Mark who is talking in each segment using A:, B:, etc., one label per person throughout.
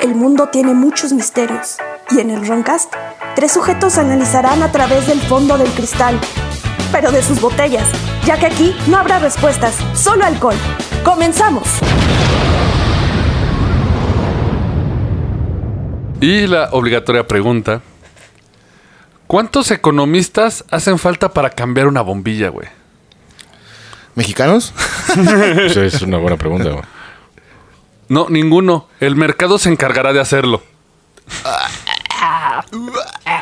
A: El mundo tiene muchos misterios y en el Roncast, tres sujetos analizarán a través del fondo del cristal, pero de sus botellas, ya que aquí no habrá respuestas, solo alcohol. ¡Comenzamos!
B: Y la obligatoria pregunta. ¿Cuántos economistas hacen falta para cambiar una bombilla, güey?
C: ¿Mexicanos?
D: Pues es una buena pregunta, güey.
B: No, ninguno. El mercado se encargará de hacerlo.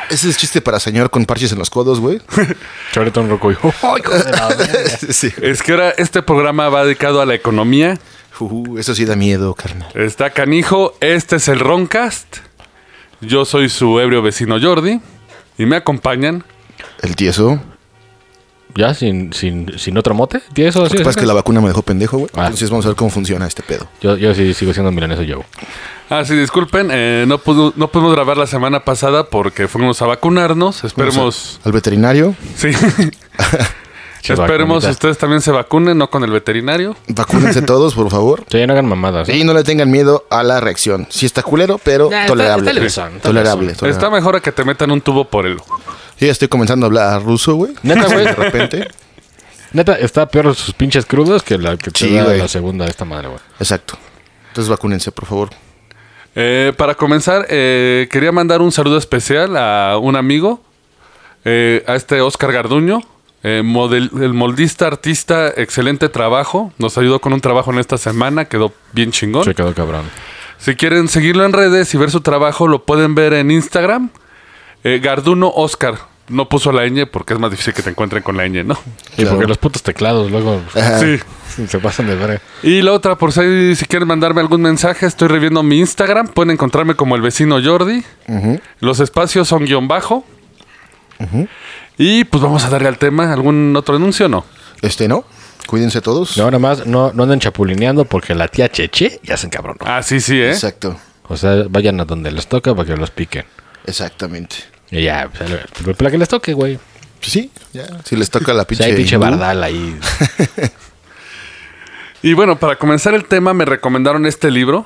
C: Ese es chiste para señor con parches en los codos, güey.
D: Charlton Rocoy.
C: sí.
B: Es que ahora este programa va dedicado a la economía.
C: Uh, eso sí da miedo, carnal.
B: Está canijo. Este es el Roncast. Yo soy su ebrio vecino Jordi. Y me acompañan.
C: El tieso.
D: ¿Ya? ¿Sin, sin, sin otro mote? ¿Tiene eso
C: Lo
D: así?
C: que pasa es que la vacuna me dejó pendejo, güey.
D: Ah.
C: Entonces vamos a ver cómo funciona este pedo.
D: yo, yo sí sigo siendo milaneso yo. güey.
B: Ah, sí, disculpen. eh, no, pudo- no pudimos grabar la semana pasada porque fuimos a vacunarnos. Esperemos.
C: Al veterinario,
B: Sí.
D: Che,
B: Esperemos
D: vacunita.
B: ustedes también se vacunen, no con el veterinario.
C: vacúnense todos, por favor.
D: Sí, no hagan mamadas. ¿no?
C: Y no le tengan miedo a la reacción. Sí está culero, pero
D: Nah, está-
C: tolerable.
D: está levesón, está
C: tolerable. tolerable.
B: Está mejor a que te metan un tubo por el.
C: Yo ya estoy comenzando a hablar ruso, güey.
D: Neta, güey.
C: De repente.
D: Neta, está peor sus pinches crudos que la que te
C: Sí,
D: da
C: güey.
D: la segunda de esta madre, güey.
C: Exacto. Entonces vacúnense, por favor.
B: Eh, para comenzar, eh, quería mandar un saludo especial a un amigo, eh, a este Oscar Garduño, eh, model- el moldista, artista, excelente trabajo. Nos ayudó con un trabajo en esta semana, quedó bien chingón.
D: Se quedó cabrón.
B: Si quieren seguirlo en redes y ver su trabajo, lo pueden ver en Instagram. Eh, Garduno Oscar. No puso la ñ porque es más difícil que te encuentren con la ñ, ¿no?
D: Y
C: Claro.
D: porque los putos teclados luego
C: Ajá.
B: Sí.
D: se pasan de verga.
B: Y la otra, por si, hay- si quieren mandarme algún mensaje, estoy reviendo mi Instagram. Pueden encontrarme como el vecino Jordi. Los espacios son guión bajo. Y pues vamos a darle al tema. ¿Algún otro anuncio o no?
C: Este, ¿no? Cuídense todos.
D: No, ¿eh? nada más, no, no anden chapulineando porque la tía Cheche ya hacen cabrón. ¿no?
B: Ah, sí, sí, ¿eh?
C: Exacto.
D: O sea, vayan a donde les toca para que los piquen.
C: Exactamente.
D: Y ya, pues, a- para que les toque, güey. Pues
C: Sí, ya. Si les toca la
D: O
C: pinche.
D: sea, hay pinche
C: hindú,
D: bardal ahí.
B: Y bueno, para comenzar el tema, me recomendaron este libro.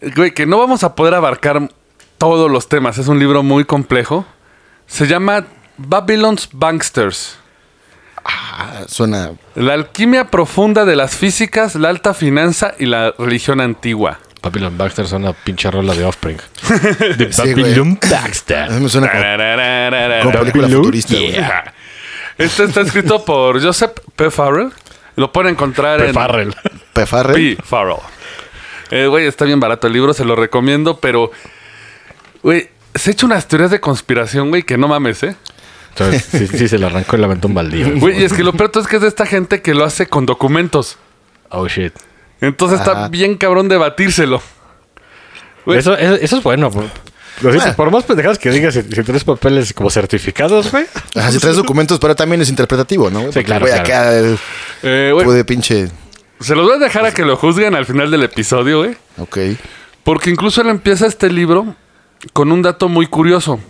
B: Eh, Güey, que no vamos a poder abarcar todos los temas. Es un libro muy complejo. Se llama Babylon's Banksters.
C: ah, suena.
B: La alquimia profunda de las físicas, la alta finanza y la religión antigua.
D: Papillon Baxter suena pinche rola de Offspring. De
C: Sí, güey.
D: Papillon
C: A
D: Baxter.
C: mí me suena como, como película
D: Babylon,
C: futurista, güey.
D: yeah.
B: Este está escrito por Joseph P. Farrell. Lo pueden encontrar
D: Pe
B: en...
D: Farrell.
C: Pefarre.
B: P. Farrell. Eh, Güey, está bien barato el libro, se lo recomiendo, pero... Güey, se ha hecho unas teorías de conspiración, güey, que no mames, ¿eh?
D: Entonces, sí, sí, se le arrancó y le aventó un baldío.
B: Güey, y es que lo peor de todo es que es de esta gente que lo hace con documentos.
D: Oh, shit.
B: Entonces está
C: Ajá.
B: bien cabrón debatírselo. Güey.
D: Eso, eso, eso es bueno. Por, lo siento, por más pendejadas que digas, si, si tienes papeles como certificados, güey.
C: Ajá, si traes documentos, pero también es interpretativo, ¿no? Porque,
D: claro,
C: güey,
D: claro.
C: acá el-
B: Eh, güey,
C: puede pinche.
B: se los voy a dejar a que lo juzguen al final del episodio, güey.
C: Ok.
B: Porque incluso él empieza este libro con un dato muy curioso.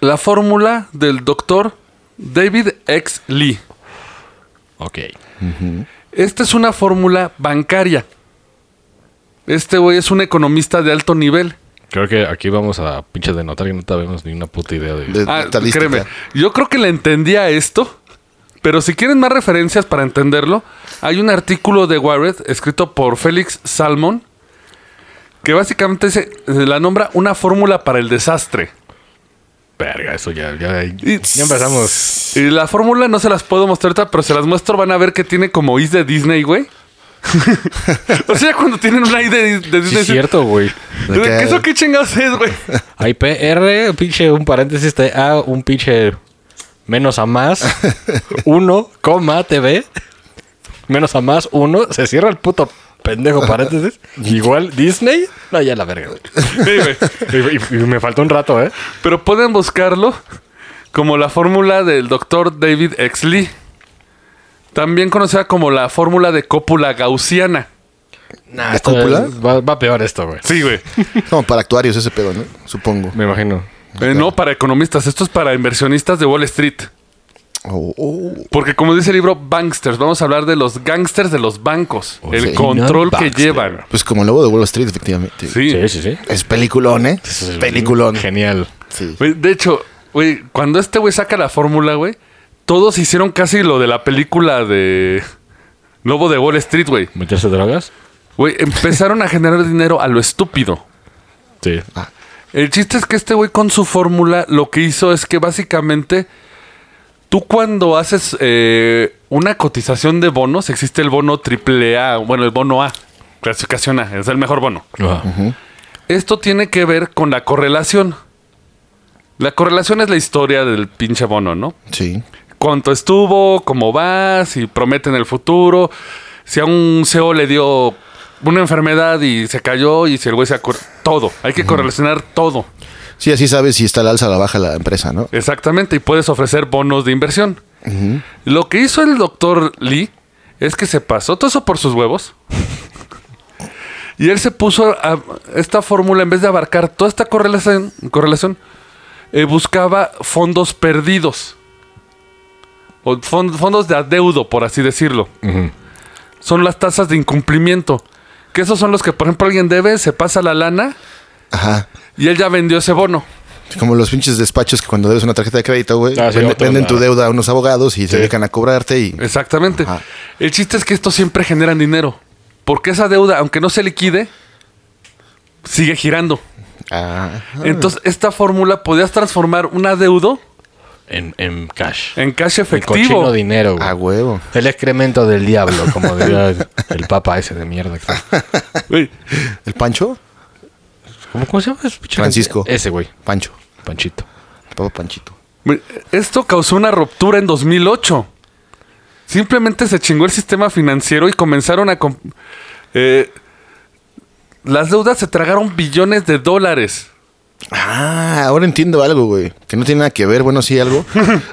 B: La fórmula del doctor David X. Lee.
D: Ok.
B: Esta es una fórmula bancaria. Este güey es un economista de alto nivel.
D: Creo que aquí vamos a pinche denotar que no tenemos ni una puta idea de...
C: De-
B: Ah,
C: estadística.
B: créeme, yo creo que le entendía esto, pero si quieren más referencias para entenderlo, hay un artículo de Wired escrito por Félix Salmon que básicamente se, se la nombra una fórmula para el desastre.
D: Verga, eso ya... Ya,
B: Y-
D: ya empezamos.
B: Y la fórmula no se las puedo mostrar ahorita, pero se las muestro, van a ver que tiene como is de Disney, güey. o sea, cuando tienen una I de, de
D: Sí,
B: Disney.
D: es cierto, güey.
B: ¿De qué- ¿Eso qué chingados es, güey?
D: Hay PR, pinche un paréntesis de A, un pinche menos a más, uno, coma, TV, menos a más, uno, se cierra el puto pendejo paréntesis, igual Disney, no, ya la verga. güey.
B: Sí, güey.
D: Y, y- y me faltó un rato, ¿eh?
B: Pero pueden buscarlo como la fórmula del doctor David X. Lee. También conocida como la fórmula de cópula gaussiana.
C: ¿De cúpula?
D: Va, va peor esto, güey.
B: Sí, güey.
C: Como para actuarios ese pedo, ¿no? Supongo.
D: Me imagino.
B: Eh, no para economistas, esto es para inversionistas de Wall Street.
C: Oh, oh.
B: Porque como dice el libro Banksters, vamos a hablar de los gangsters de los bancos. el
C: sí.
B: control que
D: Bankster.
B: llevan.
C: Pues como el lobo de Wall Street, efectivamente.
B: Sí.
D: Sí, sí, sí.
C: Es peliculón, ¿eh?
D: Eso es
C: peliculón.
D: Genial.
C: Sí.
B: Güey, De hecho, güey, cuando este güey saca la fórmula, güey, todos hicieron casi lo de la película de Lobo de Wall Street, güey.
D: ¿Meterse drogas?
B: Güey, empezaron a generar dinero a lo estúpido.
D: Sí.
B: El chiste es que este güey con su fórmula lo que hizo es que básicamente tú cuando haces eh, una cotización de bonos, existe el bono triple A, bueno, el bono A, clasificación A, es el mejor bono.
D: Ajá.
B: Esto tiene que ver con la correlación. La correlación es la historia del pinche bono, ¿no?
C: Sí.
B: cuánto estuvo, cómo va, si promete en el futuro, si a un CEO le dio una enfermedad y se cayó y si el güey se acor- todo. Hay que correlacionar todo.
C: Sí, así sabes si está al alza o a la baja la empresa, ¿no?
B: Exactamente, y puedes ofrecer bonos de inversión. Lo que hizo el doctor Lee es que se pasó todo eso por sus huevos. y él se puso a esta fórmula, en vez de abarcar toda esta correlación, correlación eh, buscaba fondos perdidos. O fon- fondos de adeudo, por así decirlo. Son las tasas de incumplimiento. Que esos son los que, por ejemplo, alguien debe, se pasa la lana
C: Ajá.
B: y él ya vendió ese bono.
C: Como los pinches despachos que cuando debes una tarjeta de crédito, güey,
D: Ah, sí,
C: vende-
D: otro,
C: venden tu
D: ah.
C: deuda a unos abogados y se
D: Sí.
C: dedican a cobrarte y...
B: Exactamente.
C: Ajá.
B: El chiste es que estos siempre generan dinero. Porque esa deuda, aunque no se liquide, sigue girando.
C: Ah.
B: Entonces, esta fórmula podías transformar un adeudo
D: En, en cash.
B: en cash
D: En cochino
B: efectivo.
D: dinero, güey.
C: A huevo.
D: El excremento del diablo, como diría el papa ese de mierda. que-
B: Güey,
C: ¿El Pancho?
D: ¿Cómo, cómo se llama? ese pinche-
C: Francisco.
D: Ese güey,
C: Pancho.
D: Panchito.
C: Papá Panchito.
B: güey, Esto causó una ruptura en 2008. Simplemente se chingó el sistema financiero y comenzaron a... comp- eh, las deudas se tragaron billones de dólares.
C: Ah, ahora entiendo algo, güey. Que no tiene nada que ver, bueno, sí, algo.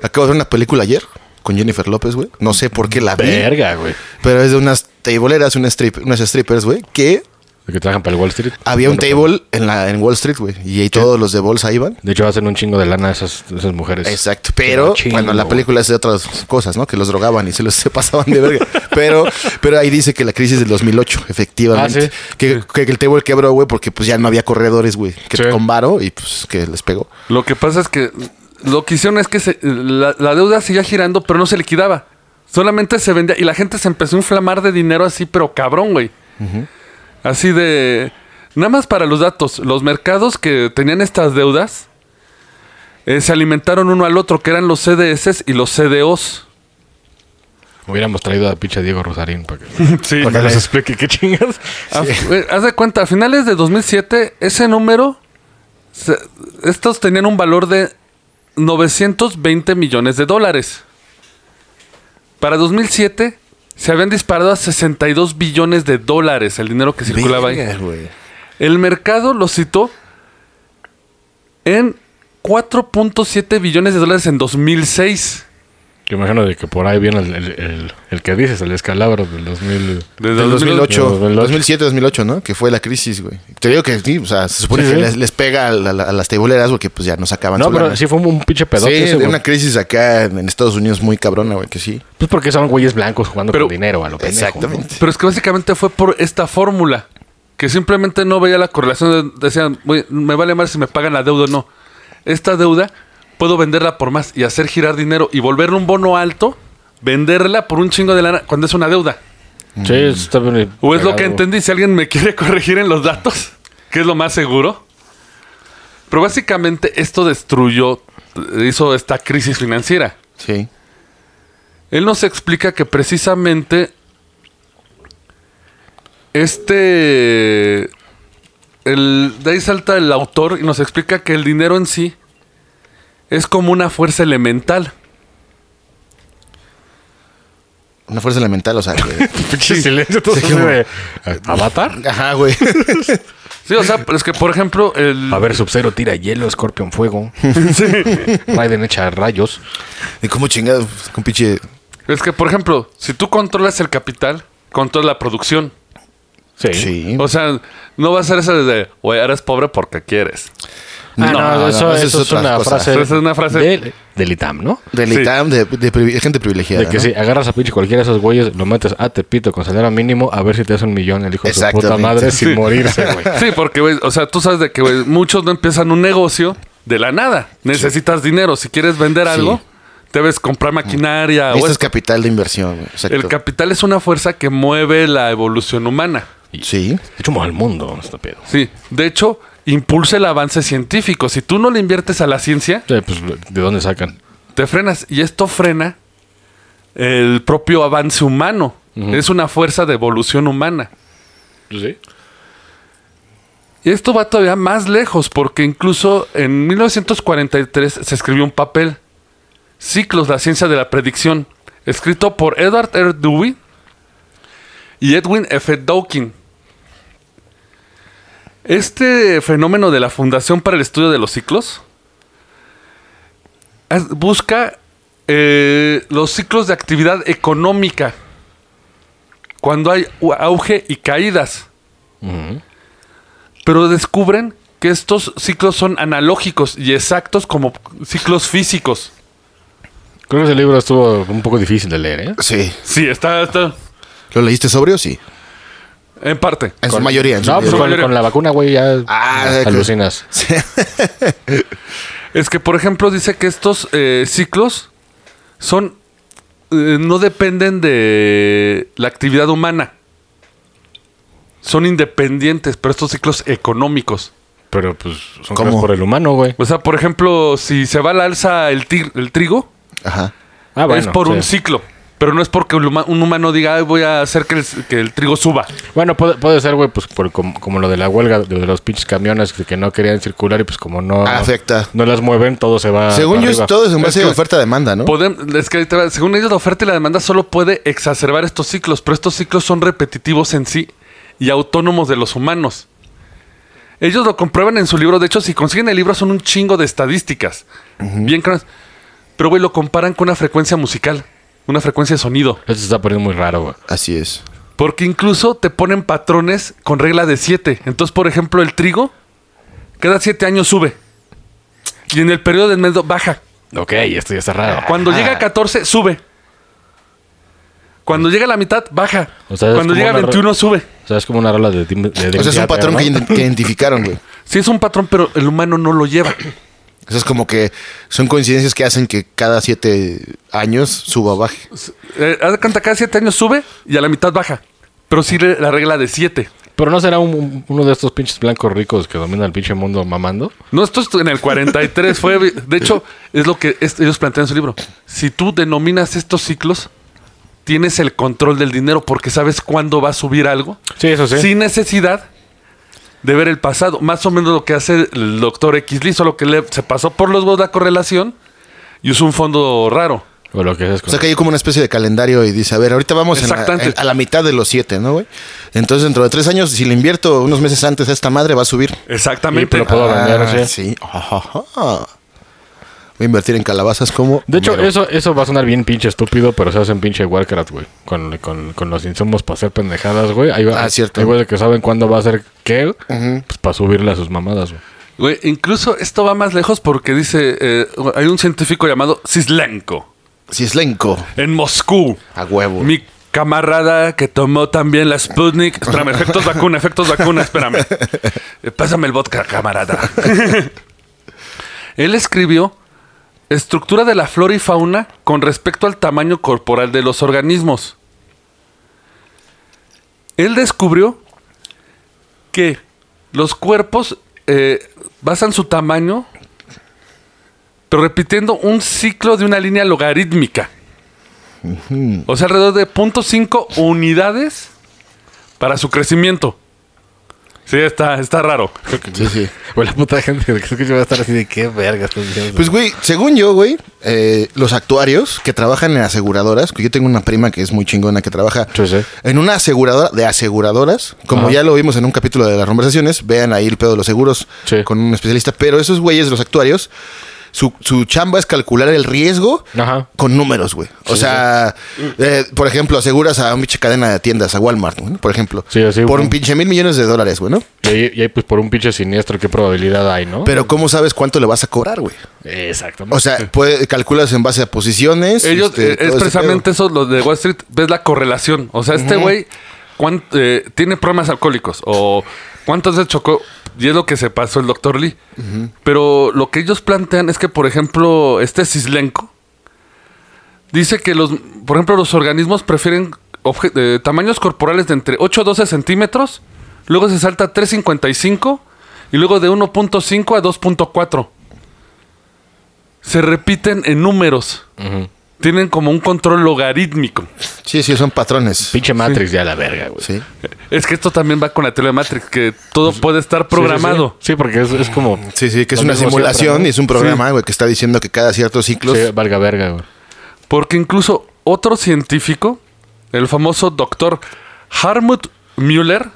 C: Acabo de ver una película ayer con Jennifer López, güey. No sé por qué la vi.
D: Verga, güey.
C: Pero es de unas tableeras, unas strip- unas strippers, güey, que
D: Lo que trabajan para el Wall Street.
C: había un
D: Bueno,
C: table en, la, en Wall Street, güey. Y ahí todos los de bolsa iban.
D: De hecho, hacen un chingo de lana esas, esas mujeres.
C: Exacto, pero
D: Chingo,
C: bueno, la
D: güey.
C: película es de otras cosas, ¿no? Que los drogaban y se los se pasaban de verga. Pero, pero ahí dice que la crisis del 2008, efectivamente.
D: Ah,
C: que, que el table quebró, güey, porque pues ya no había corredores, güey. Que
D: Sí.
C: con varo y pues que les pegó.
B: Lo que pasa es que lo que hicieron es que se- la, la deuda seguía girando, pero no se liquidaba. Solamente se vendía y la gente se empezó a inflamar de dinero así, pero cabrón, güey. Así de... Nada más para los datos, los mercados que tenían estas deudas eh, se alimentaron uno al otro, que eran los CDS y los CDOs.
D: Hubiéramos traído a pinche Diego Rosarín para que,
B: Sí,
D: para que nos explique qué chingas.
B: A- eh, Haz de cuenta, a finales de 2007, ese número, se- estos tenían un valor de 920 millones de dólares. Para 2007, se habían disparado a 62 billones de dólares el dinero que circulaba
C: Verga,
B: ahí.
C: güey.
B: El mercado lo citó en 4.7 billones de dólares en 2006.
D: Que imagino de que por ahí viene el, el, el- el que dices, el escalabro del 2000.
B: Desde
C: Del 2008,
D: 2008.
C: 2007, 2008, ¿no? Que fue la crisis, güey. Te digo que sí, o sea, se supone
D: Sí,
C: que
D: sí.
C: Les, les pega a, la- a las teiboleras, güey, que pues ya no sacaban
D: No,
C: su
D: pero
C: lana.
D: sí fue un pinche pedote.
C: Sí,
D: ese,
C: de
D: güey.
C: una crisis acá en Estados Unidos muy cabrona, güey, que sí.
D: Pues porque son güeyes blancos jugando
B: Pero-
D: con dinero a lo pendejo.
C: Exactamente.
B: Pero es que básicamente fue por esta fórmula. Que simplemente no veía la correlación. de- Decían, "Güey, me vale más si me pagan la deuda o no. Esta deuda puedo venderla por más y hacer girar dinero y volverle un bono alto, venderla por un chingo de lana cuando es una deuda.
D: ¿no? Sí, eso está bien.
B: O es lo
D: cagado.
B: que entendí. Si alguien me quiere corregir en los datos, que es lo más seguro. Pero básicamente esto destruyó, hizo esta crisis financiera.
C: Sí.
B: Él nos explica que precisamente este... El, de ahí salta el autor y nos explica que el dinero en sí es como una fuerza elemental.
C: Una fuerza elemental, o sea, que-
D: Pinche silencio todo
C: Sí,
D: eso
C: como-
D: de- ¿Avatar?
C: Ajá, güey.
B: Sí, o sea, pero es que por ejemplo el...
D: A ver, Sub-Zero tira hielo, Scorpion fuego. Biden echa rayos.
C: ¿Y cómo chingados? pues, Con pinche.
B: Es que por ejemplo, si tú controlas el capital, controlas la producción.
D: Sí.
C: Sí.
B: O sea, no va a ser esa de, güey, eres pobre porque quieres.
D: Ah, no,
C: no,
D: eso,
C: no, esa
D: eso
C: es
D: es,
C: otra
D: una
C: cosa.
D: frase.
B: Esa es una frase-
D: Del, del ITAM, ¿no?
C: Del
B: Sí.
C: ITAM, de, de privi- gente privilegiada.
D: De que
C: ¿no?
D: si agarras a pinche cualquiera de esos güeyes, lo metes a Tepito con salario mínimo, a ver si te hace un millón el hijo de su puta
C: Exactamente.
D: madre
C: Sí.
D: sin morirse, güey.
B: Sí, porque, güey, o sea, tú sabes de que güey, muchos no empiezan un negocio de la nada. Necesitas dinero. Si quieres vender algo, debes comprar
D: Ah,
B: maquinaria. O
C: Esto es
B: es-
C: capital de inversión. güey. Exacto.
B: el capital es una fuerza que mueve la evolución humana.
C: Sí.
D: Echamos al mundo, este pedo.
B: Sí. De hecho, impulsa el avance científico. Si tú no le inviertes a la ciencia,
D: Sí, pues, ¿de dónde sacan?
B: te frenas. Y esto frena el propio avance humano. Es una fuerza de evolución humana.
C: Pues
D: Sí.
B: Y esto va todavía más lejos, porque incluso en 1943 se escribió un papel, Ciclos, la ciencia de la predicción, escrito por Edward R. Dewey y Edwin F. Dawkins. Este fenómeno de la Fundación para el Estudio de los Ciclos es- busca eh, los ciclos de actividad económica, cuando hay u- auge y caídas pero descubren que estos ciclos son analógicos y exactos como ciclos físicos.
D: Creo que ese libro estuvo un poco difícil de leer, ¿eh?
C: Sí.
B: Sí, está, está
C: ¿Lo leíste sobrio? Sí.
B: en parte.
C: En su mayoría. En su
D: No, pues
C: mayoría.
D: con, con la vacuna, güey, ya
C: Ah,
D: alucinas.
C: Sí.
B: Es que, por ejemplo, dice que estos eh, ciclos son eh, no dependen de la actividad humana. Son independientes, pero estos ciclos económicos.
D: Pero pues son
C: ¿Cómo?
D: cosas por el humano, güey.
B: O sea, por ejemplo, si se va a la alza el, tir- el trigo,
C: Ajá.
D: Ah, bueno,
B: es por
D: sí.
B: un ciclo. Pero no es porque un, huma- un humano diga, "Ay, voy a hacer que el, que el trigo suba.
D: Bueno, puede, puede ser, güey, pues por, como, como lo de la huelga, de, de los pinches camiones que, que no querían circular y pues como no...
C: Ah, Afecta.
D: No las mueven, todo se va
C: Según
D: para
C: yo, es
D: Ah, arriba.
C: todo es en
B: Es
C: base
B: que-
C: a oferta-demanda, ¿no?
B: Podem- es que ahí te va. según ellos, la oferta y la demanda solo puede exacerbar estos ciclos, pero estos ciclos son repetitivos en sí y autónomos de los humanos. Ellos lo comprueban en su libro. De hecho, si consiguen el libro, son un chingo de estadísticas. Bien claras. Pero, güey, lo comparan con una frecuencia musical, una frecuencia de sonido.
D: Esto se está poniendo muy raro, güey.
C: Así es.
B: Porque incluso te ponen patrones con regla de 7. Entonces, por ejemplo, el trigo cada 7 años sube. Y en el periodo del mes baja.
D: Ok, esto ya está
C: Ah.
D: raro.
B: Cuando llega a 14, sube. Cuando llega a la mitad, baja.
D: O sea, es
B: Cuando
D: como
B: llega a
D: una re-
B: 21, sube.
D: O sea, es como una rola de... Tim- de, de
C: O sea, es un
D: Teatro,
C: patrón
D: ¿no?
C: que, ident- que identificaron, güey.
B: Sí, es un patrón, pero el humano no lo lleva.
C: Eso es como que son coincidencias que hacen que cada siete años suba o baje.
B: Eh, haz de cuenta, cada 7 años sube y a la mitad baja. Pero sí le- la regla de 7.
D: Pero no será un- un- uno de estos pinches blancos ricos que domina el pinche mundo mamando.
B: No, esto es en el 43. fue, de hecho, es lo que es- ellos plantean en su libro. Si tú denominas estos ciclos, tienes el control del dinero porque sabes cuándo va a subir algo.
D: Sí, eso sí.
B: sin necesidad de ver el pasado. Más o menos lo que hace el doctor X Lee, solo que le, se pasó por los dos la correlación y usó un fondo raro.
D: O lo que es
C: O
D: con-
C: sea, que hay como una especie de calendario y dice, a ver, ahorita vamos en la-
B: Exactamente.
C: en- a la mitad de los siete, ¿no, güey? Entonces, dentro de tres años, si le invierto unos meses antes a esta madre, va a subir. Ah,
B: Exactamente.
D: Y, pero, Puedo vender, sí.
C: sí. Ajá. Voy a invertir en calabazas como...
D: De hecho,
C: Homero.
D: eso, eso va a sonar bien pinche estúpido, pero se hacen pinche Warcraft, güey. Con, con, con los insumos para hacer pendejadas, güey. Ahí va,
C: Ah, cierto.
D: Hay güeyes que saben cuándo va a hacer qué, pues para subirle a sus mamadas, güey.
B: Güey, incluso esto va más lejos porque dice, eh, hay un científico llamado Sislenko
C: Cislenco.
B: en Moscú.
C: A huevo.
B: Mi camarada que tomó también la Sputnik. Espérame, efectos vacuna, efectos vacuna, espérame. Eh, Pásame el vodka, camarada. Él escribió estructura de la flora y fauna con respecto al tamaño corporal de los organismos. Él descubrió que los cuerpos eh, basan su tamaño, pero repitiendo un ciclo de una línea logarítmica. O sea, alrededor de 0.5 unidades para su crecimiento. Sí, está, está raro.
C: Sí, sí.
D: Güey, la puta gente que escucha va a estar así de qué verga estás diciendo.
C: Pues, güey, según yo, güey, eh, los actuarios que trabajan en aseguradoras, que yo tengo una prima que es muy chingona que trabaja
D: Sí, sí.
C: en una aseguradora de aseguradoras, como
D: Ajá.
C: ya lo vimos en un capítulo de las conversaciones, vean ahí el pedo de los seguros
D: Sí.
C: con un especialista, pero esos güeyes, los actuarios, su, su chamba es calcular el riesgo
D: Ajá.
C: con números, güey. O sea, eh, por ejemplo, aseguras a una pinche cadena de tiendas, a Walmart, güey, ¿no? por ejemplo.
D: Sí, así,
C: por
D: güey.
C: un pinche mil millones de dólares, güey, ¿no?
D: Y ahí, y ahí, pues por un pinche siniestro, ¿qué probabilidad hay, no?
C: Pero ¿cómo sabes cuánto le vas a cobrar, güey?
D: Exactamente.
C: O sea, puede- calculas en base a posiciones.
B: Ellos,
C: este,
B: eh,
C: todo
B: es
C: ese
B: precisamente
C: pedo.
B: eso, los de Wall Street, ves la correlación. O sea, este güey cuán- eh, tiene problemas alcohólicos o cuántas veces chocó. Y es lo que se pasó el doctor Lee. Pero lo que ellos plantean es que, por ejemplo, este Cislenco dice que los, por ejemplo, los organismos prefieren obje- eh, tamaños corporales de entre 8 a 12 centímetros, luego se salta a 3.55 y luego de 1.5 a 2.4. Se repiten en números. Tienen como un control logarítmico.
C: Sí, sí, son patrones.
D: pinche Matrix ya la verga, güey.
C: Sí.
B: Es que esto también va con la teoría de Matrix, que todo puede estar programado.
D: Pues, Sí, sí, sí. Sí, porque es, es como.
C: Sí, sí, que es
D: lo
C: una
D: mismo
C: simulación
D: siempre, ¿no?
C: y es un programa, güey, que está diciendo que cada ciertos ciclos.
D: Sí, valga verga, güey.
B: Porque incluso otro científico, el famoso doctor Harmut Müller,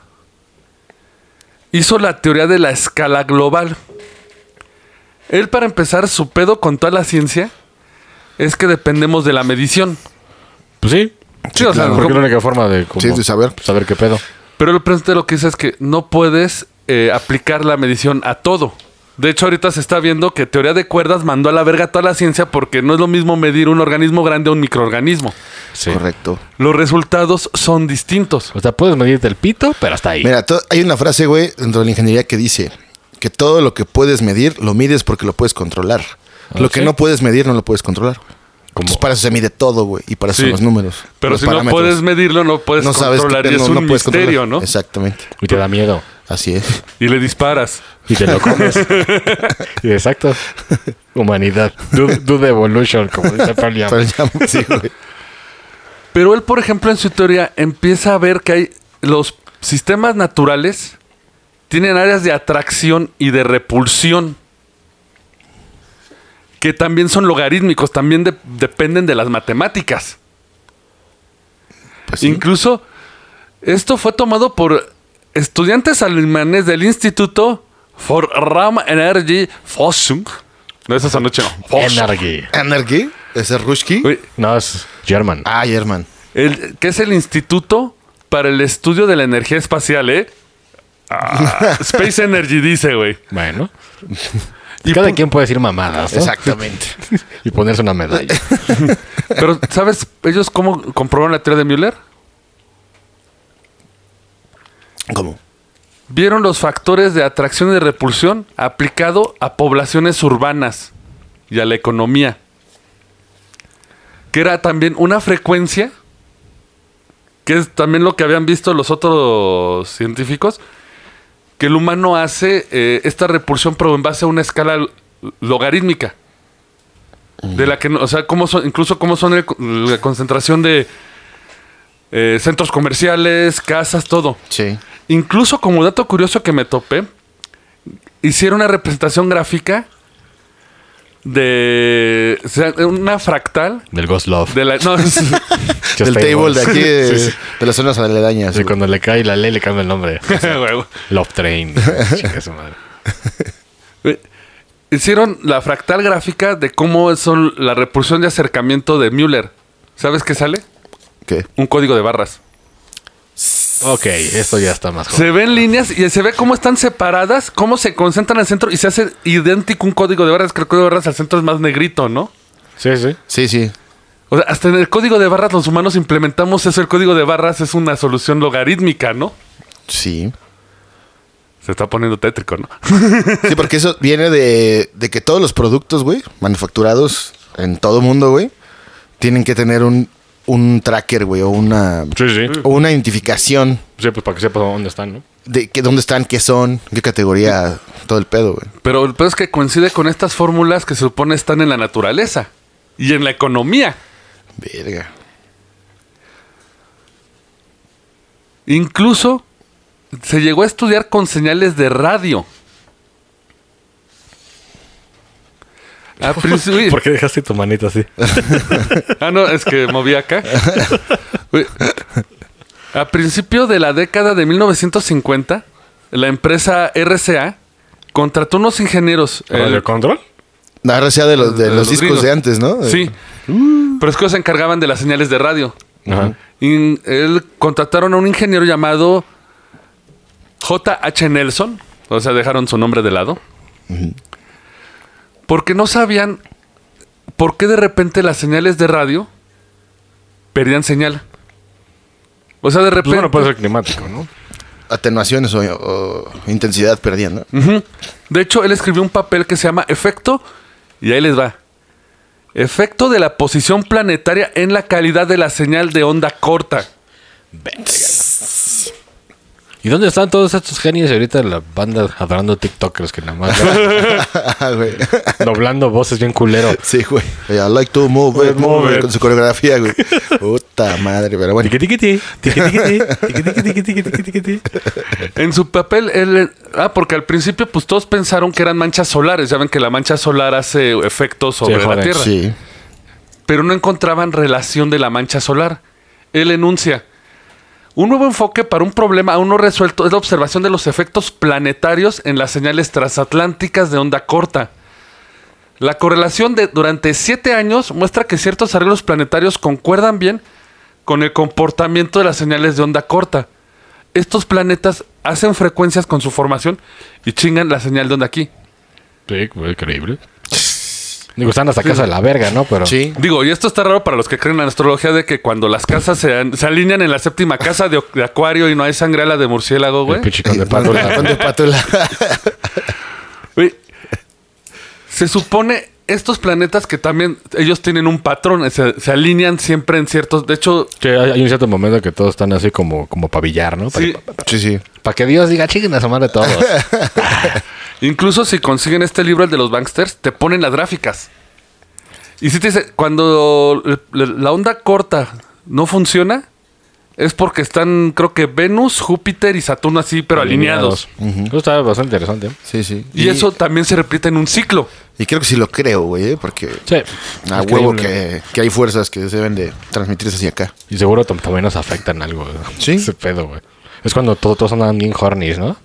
B: hizo la teoría de la escala global. Él, para empezar, su pedo con toda la ciencia es que dependemos de la medición.
D: Pues sí.
B: Sí, o sea,
D: Porque es la
B: como-
D: única forma de, como,
C: Sí, de saber.
D: Saber qué pedo.
B: pero el presidente lo que dice es que no puedes eh, aplicar la medición a todo. De hecho, ahorita se está viendo que teoría de cuerdas mandó a la verga toda la ciencia porque no es lo mismo medir un organismo grande a un microorganismo.
D: Sí.
C: Correcto.
B: Los resultados son distintos.
D: O sea, puedes medirte el pito, pero hasta ahí.
C: Mira, to- hay una frase, güey, dentro de la ingeniería que dice que todo lo que puedes medir lo mides porque lo puedes controlar. lo que
D: Ah, sí.
C: no puedes medir no lo puedes controlar. güey.
D: Como-
C: Entonces, pues para eso se mide todo, güey, y para eso
B: Sí.
C: son los números.
B: Pero
C: los
B: si no
C: parámetros.
B: puedes medirlo, no puedes controlar.
C: qué-
B: y es un
C: puedes controlar.
B: misterio, ¿no?
C: Exactamente.
D: Y te da miedo.
C: Así es.
B: Y le disparas.
D: Y te lo comes. Y Exacto. Humanidad. Dude, dude evolution, como dice Pearl Jam.
C: Pero ya- sí, güey.
B: Pero él, por ejemplo, en su teoría empieza a ver que hay los sistemas naturales tienen áreas de atracción y de repulsión. Que también son logarítmicos, también de- dependen de las matemáticas.
C: Pues sí.
B: Incluso esto fue tomado por estudiantes alemanes del Instituto for Ram Energy Forschung. No, esa es anoche, no. Forschung.
D: Energy.
C: Anarchy, ese Rushki. Ah,
B: Oye,
D: No, es German.
C: Ay, Herman.
B: El, que es el Instituto para el Estudio de la Energía Espacial, ¿eh? Ah, Space Energy dice, güey.
D: Bueno. Cada quien puede decir mamadas, ¿no?
C: Exactamente.
D: Y ponerse una medalla.
B: Pero, ¿sabes ellos cómo comprobaron la teoría de Müller?
C: ¿Cómo?
B: Vieron los factores de atracción y de repulsión aplicado a poblaciones urbanas y a la economía. Que era también una frecuencia, que es también lo que habían visto los otros científicos, que el humano hace eh, esta repulsión, pero en base a una escala l- logarítmica. De la que, no- o sea, cómo son, incluso cómo son el- la concentración de eh, centros comerciales, casas, todo.
C: Sí.
B: Incluso como dato curioso que me topé, hicieron una representación gráfica de o sea, una fractal
D: Del Ghost Love.
B: de la no, es-
D: Just
C: Del table de aquí, eh. de,
D: Sí, sí.
C: de las zonas aledañas.
D: Sí,
C: güey.
D: cuando le cae la ley le cambia el nombre.
B: huevo.
D: Love Train. Chinga su madre.
B: hicieron la fractal gráfica de cómo son la repulsión de acercamiento de Müller. ¿Sabes qué sale?
C: ¿Qué?
B: Un código de barras.
D: Ok, esto ya está más
B: Se ven líneas y se ve cómo están separadas, cómo se concentran al centro y se hace idéntico un código de barras. Creo que el código de barras al centro es más negrito, ¿no?
D: Sí, sí.
C: Sí, sí.
B: O sea, hasta en el código de barras los humanos implementamos eso. El código de barras es una solución logarítmica, ¿no?
C: Sí.
B: Se está poniendo tétrico, ¿no?
C: Sí, porque eso viene de, de que todos los productos, güey, manufacturados en todo mundo, güey, tienen que tener un, un tracker, güey, o una,
D: Sí, sí.
C: o una identificación
D: Sí, pues para que sepas dónde están, ¿no?
C: de que, dónde están, qué son, qué categoría, todo el pedo, güey.
B: Pero el peor es que coincide con estas fórmulas que se supone están en la naturaleza y en la economía.
C: Verga.
B: Incluso se llegó a estudiar con señales de radio. A principio-
D: ¿Por qué dejaste tu manita así?
B: Ah, no, es que moví acá. Uy. A principio de la década de 1950, la empresa RCA contrató unos ingenieros.
D: ¿Radio
B: el-
D: control?
C: La RCA de los, de los discos
B: gringos.
C: de antes, ¿no? Eh, Uh.
B: Sí. Pero es que se encargaban de las señales de radio.
D: Ajá.
B: Pues Y él contrataron a un ingeniero llamado J.H. Nelson. O sea, dejaron su nombre de lado. Porque no sabían por qué de repente las señales de radio perdían señal. O sea, de repente.
D: Pues bueno, puede ser climático, ¿no?
C: Atenuaciones o, o intensidad perdían, ¿no?
B: Ujú. De hecho, él escribió un papel que se llama Efecto, y ahí les va. Efecto de la posición planetaria en la calidad de la señal de onda corta.
D: ¿Y dónde están todos estos genios ahorita de la banda adorando TikTokers que nada más
C: Ah, güey.
D: doblando voces bien culero?
C: Sí, güey. I like to move it, move it, Con su coreografía, güey. Puta madre, pero bueno.
D: Tiquitiquiti, tiquitiquiti, tiquitiquiti, tiquitiquiti.
B: En su papel, él. Ah, porque al principio, pues todos pensaron que eran manchas solares. Ya ven que la mancha solar hace efectos sobre la
D: joder.
B: Tierra.
C: Sí.
B: pero no encontraban relación de la mancha solar. Él enuncia, un nuevo enfoque para un problema aún no resuelto es la observación de los efectos planetarios en las señales transatlánticas de onda corta. La correlación de durante siete años muestra que ciertos arreglos planetarios concuerdan bien con el comportamiento de las señales de onda corta. Estos planetas hacen frecuencias con su formación y chingan la señal de onda aquí.
D: Sí, fue increíble. Digo, están hasta casa de la verga, ¿no? Pero
C: Sí.
B: Digo, y esto está raro para los que creen en la astrología de que cuando las casas se, an- se alinean en la séptima casa de, o- de acuario y no hay sangre a la de murciélago,
D: el
B: güey.
D: pichicón de
C: Con
D: pátula.
C: de pátula.
B: Güey, Se supone estos planetas que también ellos tienen un patrón, se, se alinean siempre en ciertos. De hecho,
D: Sí, hay hay un cierto momento que todos están así como, como pavillar, ¿no?
B: sí,
C: Sí, sí.
D: Para que Dios diga, chinguen a su madre todos.
B: incluso si consiguen este libro, el de los banksters, te ponen las gráficas. Y si te dice, cuando le- le- la onda corta no funciona, es porque están, creo que Venus, Júpiter y Saturno así, pero alineados.
D: Eso está bastante interesante.
C: Sí, sí.
B: Y, eso también se replica en un ciclo.
C: Y creo que sí lo creo, güey, ¿eh? porque
D: Sí.
C: a
D: Increíble.
C: huevo que, que hay fuerzas que se deben de transmitirse hacia acá.
D: Y seguro tam- también nos afectan algo. güey.
C: Sí.
D: Ese pedo, güey. Es cuando todo- todos andan bien hornies, ¿no?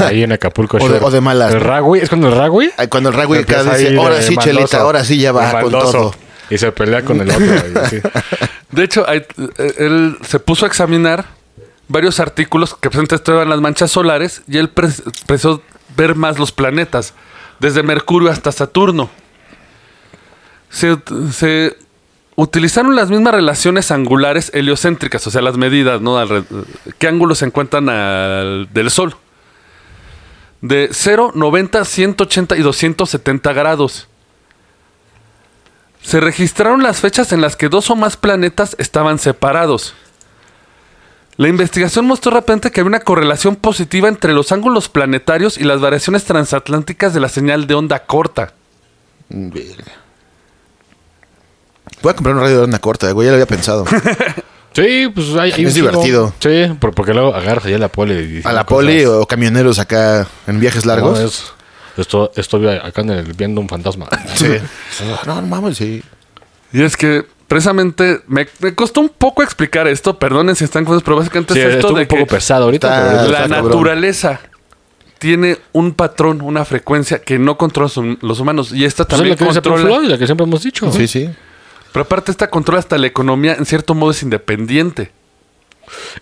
D: Ahí en Acapulco.
C: O de-
D: Shore.
C: o de malas,
D: El
C: ¿no?
D: ragui, es cuando el ragui.
C: Ay, Cuando el Ragui acá
D: empieza ahí
C: dice,
D: de
C: ahora sí,
D: maldoso,
C: Chelita, ahora sí ya
D: de
C: va con
D: maldoso".
C: todo.
D: Y se pelea con el otro. güey, sí.
B: De hecho, hay- eh, él se puso a examinar varios artículos que presentaban las manchas solares y él pre- empezó a ver más los planetas, desde Mercurio hasta Saturno. Se, ut- se utilizaron las mismas relaciones angulares heliocéntricas, o sea, las medidas, ¿no? Alre- ¿Qué ángulos se encuentran al- del Sol? De 0, 90, 180 y 270 grados. Se registraron las fechas en las que dos o más planetas estaban separados. La investigación mostró rápidamente que había una correlación positiva entre los ángulos planetarios y las variaciones transatlánticas de la señal de onda corta.
C: Mm, Verga. Voy a comprar un radio de onda corta, güey, ya lo había pensado.
D: Sí, pues hay, hay
C: Es
D: chingo.
C: divertido.
D: Sí, por- porque luego agarras allá la poli. y-
C: A la
D: cosas.
C: poli o camioneros acá en viajes largos.
D: No, es- esto, estoy acá en el- viendo un fantasma.
C: Sí. No, no mames, sí.
B: Y es que precisamente me, me costó un poco explicar esto, perdonen si están cosas, pero básicamente
D: Sí,
B: es esto
D: estuvo
B: de
D: un poco
B: que
D: pesado ahorita.
C: Está-
D: pero pues, ahorita-
B: la
C: cabrón.
B: naturaleza tiene un patrón, una frecuencia que no controla su- los humanos y esta
D: Pues es
B: también
D: lo que dice Pink
B: controla.
D: Floyd, la que siempre hemos dicho.
C: Sí, sí.
B: Pero aparte esta controla hasta la economía, en cierto modo es independiente.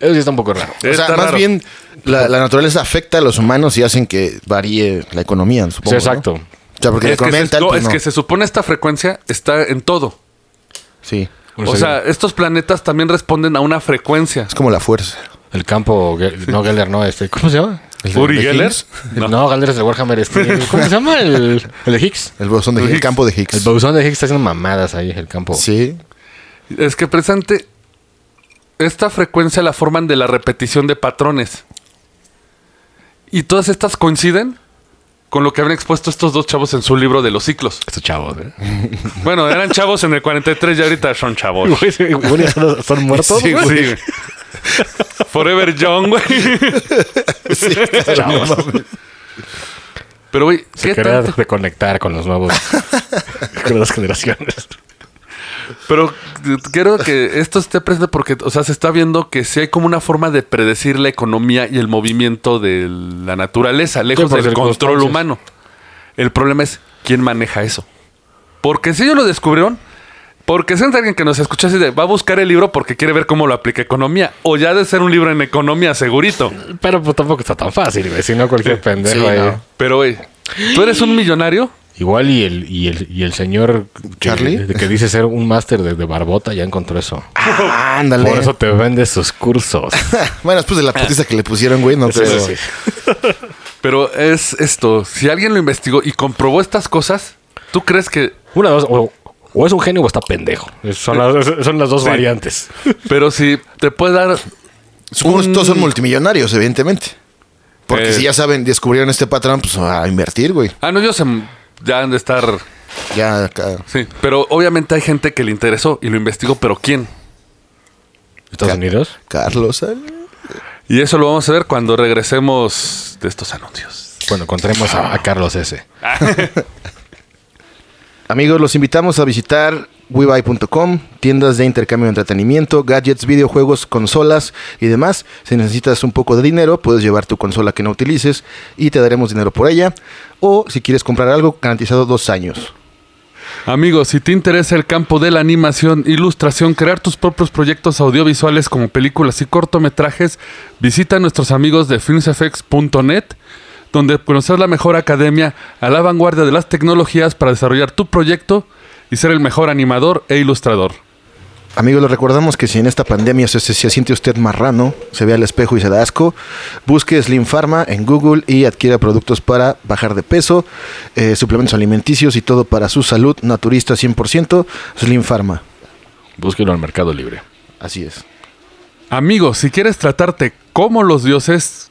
D: Eso sí está un poco raro.
C: O sea,
B: Está
C: más
B: raro.
C: bien la, la naturaleza afecta a los humanos y hacen que varíe la economía, supongo.
D: Sí,
C: ¿no?
D: exacto.
C: O sea, porque la
B: es que,
C: economía
B: se,
C: en tal,
B: no,
C: pues,
B: es
C: no.
B: que se supone esta frecuencia está en todo.
C: Pues Sí.
B: O sea, estos planetas también responden a una frecuencia.
C: Es como la fuerza.
D: el campo, Ge- no Geller, no, este, ¿cómo se llama?
C: ¿El
B: ¿Uri
C: de
B: Geller?
C: Higgs?
D: No, Geller es el Warhammer, este, ¿cómo se llama? El, el de Higgs.
C: El bosón de
B: El
C: Higgs. El
B: Higgs.
C: campo de Higgs.
D: El bosón de Higgs está haciendo mamadas ahí, el campo.
C: Sí.
B: Es que presente esta frecuencia la forman de la repetición de patrones. Y todas estas coinciden con lo que habían expuesto estos dos chavos en su libro de los ciclos.
D: Estos chavos, ¿eh?
B: Bueno, eran chavos en el 43 y ahorita son chavos.
D: Güey, sí, güey, ¿Son, son muertos?
B: Sí,
D: güey?
B: güey. Forever young, güey.
D: Chavos.
B: Pero, güey,
D: Se
B: ¿qué
D: quería
B: tanto?
D: reconectar con los nuevos, con las generaciones.
B: Pero eh, quiero que esto esté presente porque, o sea, se está viendo que sí hay como una forma de predecir la economía y el movimiento de la naturaleza, lejos
D: por
B: del control
D: circunstancias.
B: humano. El problema es quién maneja eso. Porque si ellos lo descubrieron, porque siente alguien que nos escucha así de, va a buscar el libro porque quiere ver cómo lo aplica economía. O ya ha de ser un libro en economía, segurito.
D: Pero pues, tampoco está tan fácil, güey. Si no, cualquier pendejo
C: sí,
D: ahí.
C: no.
B: Pero, güey, ¿tú eres un millonario?
D: Igual y el, y el, y el señor que-
C: ¿Charlie?
D: que, dice ser un máster de, de barbota ya encontró eso.
C: Ah, ándale.
D: Por eso te vende sus cursos.
C: bueno, después de la putiza que le pusieron, güey, no creo.
D: sí.
B: Pero es esto, si alguien lo investigó y comprobó estas cosas, ¿tú crees que...
D: Una, dos, o, o es un genio o está pendejo. Es- Son las, son las dos
B: Sí.
D: variantes.
B: Pero si te puede dar...
C: Supongo que
B: Un-
C: todos son multimillonarios, evidentemente. Porque
B: Eh.
C: si ya saben, descubrieron este patrón, pues a invertir, güey.
B: Ah, no, ellos se- ya han de estar...
C: Ya acá.
B: Sí, pero obviamente hay gente que le interesó y lo investigó, pero ¿quién?
D: Estados
C: Ca-
D: Unidos.
C: Carlos, ¿sale?
B: Y eso lo vamos a ver cuando regresemos de estos anuncios.
D: Bueno, encontremos a, a Carlos S.
C: Amigos, los invitamos a visitar webuy.com, tiendas de intercambio de entretenimiento, gadgets, videojuegos, consolas y demás. Si necesitas un poco de dinero, puedes llevar tu consola que no utilices y te daremos dinero por ella. O si quieres comprar algo, garantizado dos años.
B: Amigos, si te interesa el campo de la animación, ilustración, crear tus propios proyectos audiovisuales como películas y cortometrajes, visita a nuestros amigos de filmsfx.net, donde conocerás la mejor academia a la vanguardia de las tecnologías para desarrollar tu proyecto y ser el mejor animador e ilustrador.
C: Amigos, les recordamos que si en esta pandemia se, se- se siente usted marrano, se ve al espejo y se da asco, busque Slim Pharma en Google y adquiera productos para bajar de peso, eh, suplementos alimenticios y todo para su salud naturista 100%, Slim Pharma.
D: Búsquelo en Mercado Libre.
C: Así es.
B: Amigos, si quieres tratarte como los dioses,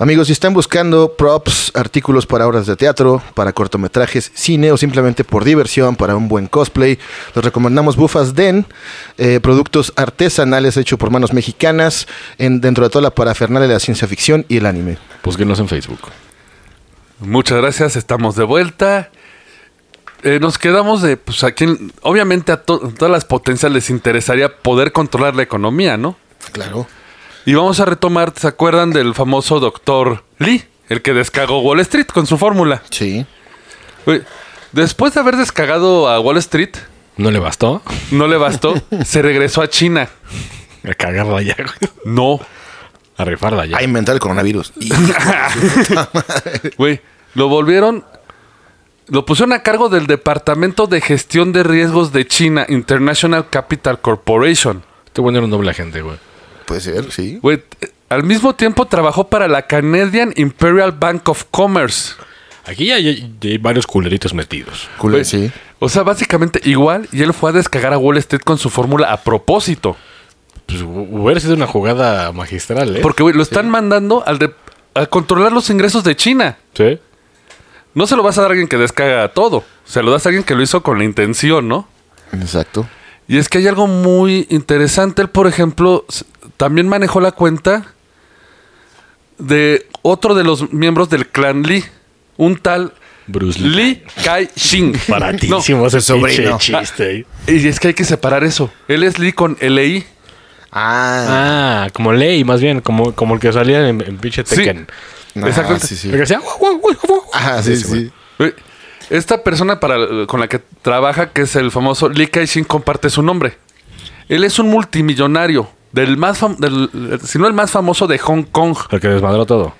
C: Amigos, si están buscando props, artículos para obras de teatro, para cortometrajes, cine o simplemente por diversión, para un buen cosplay, les recomendamos Bufas Den, eh, productos artesanales hechos por manos mexicanas, en, dentro de toda la parafernalia de la ciencia ficción y el anime.
D: Búsquenos en Facebook.
B: Muchas gracias, estamos de vuelta. Eh, nos quedamos de, pues a quien, obviamente a to- todas las potencias les interesaría poder controlar la economía, ¿no?
C: Claro.
B: Y vamos a retomar, ¿se acuerdan del famoso doctor Lee? El que descagó Wall Street con su fórmula.
C: Sí.
B: Uy, Después de haber descagado a Wall Street,
D: ¿No le bastó?
B: no le bastó, se regresó a China.
D: A cagarla ya, güey.
B: No,
D: A rifarla ya.
C: A inventar Ah, el coronavirus. Y-
B: güey, lo volvieron, lo pusieron a cargo del Departamento de Gestión de Riesgos de China, International Capital Corporation.
D: Te voy a poner un doble agente, güey.
C: Puede ser, sí.
B: Güey, t- al mismo tiempo trabajó para la Canadian Imperial Bank of Commerce.
D: Aquí ya hay, ya hay varios culeritos metidos.
C: Culo,
B: Güey,
C: sí.
B: O sea, básicamente igual, y él fue a descagar a Wall Street con su fórmula a propósito.
D: Pues hu- hubiera sido una jugada magistral, ¿eh?
B: Porque, güey, lo están mandando al de- a controlar los ingresos de China.
D: Sí.
B: No se lo vas a dar a alguien que descaga todo. Se lo das a alguien que lo hizo con la intención, ¿no?
C: Exacto.
B: Y es que hay algo muy interesante. Él, por ejemplo, s- también manejó la cuenta de otro de los miembros del clan Lee, un tal
D: Bruce Lee.
B: Lee Kai-shing. No,
D: Pues Baratísimo ese
C: sobrino.
D: pinche chiste.
B: y es que hay que separar eso. Él es Lee con LI.
C: Ah.
D: Ah, como Ley, más bien, como, como el que salía en, en pinche
B: Sí.
D: Tekken.
C: no,
B: exactamente.
C: Sí, sí.
D: El que decía, "Guau, guau, guau, guau".
C: Ah, sí, sí.
B: Güey, Esta persona para, con la que trabaja, que es el famoso Lee Kai-shing, comparte su nombre. Él es un multimillonario, del más fam- del- si no el más famoso de Hong Kong.
D: El que desmadró todo.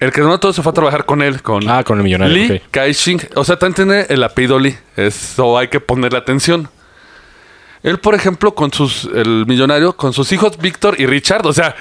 B: El que no todo se fue a trabajar con él, con,
D: Ah, con el millonario,
B: Lee
D: ok.
B: Kai-shing. O sea, también tiene el apellido Lee. Eso hay que ponerle atención. Él, por ejemplo, con sus, el millonario, con sus hijos Víctor y Richard, o sea,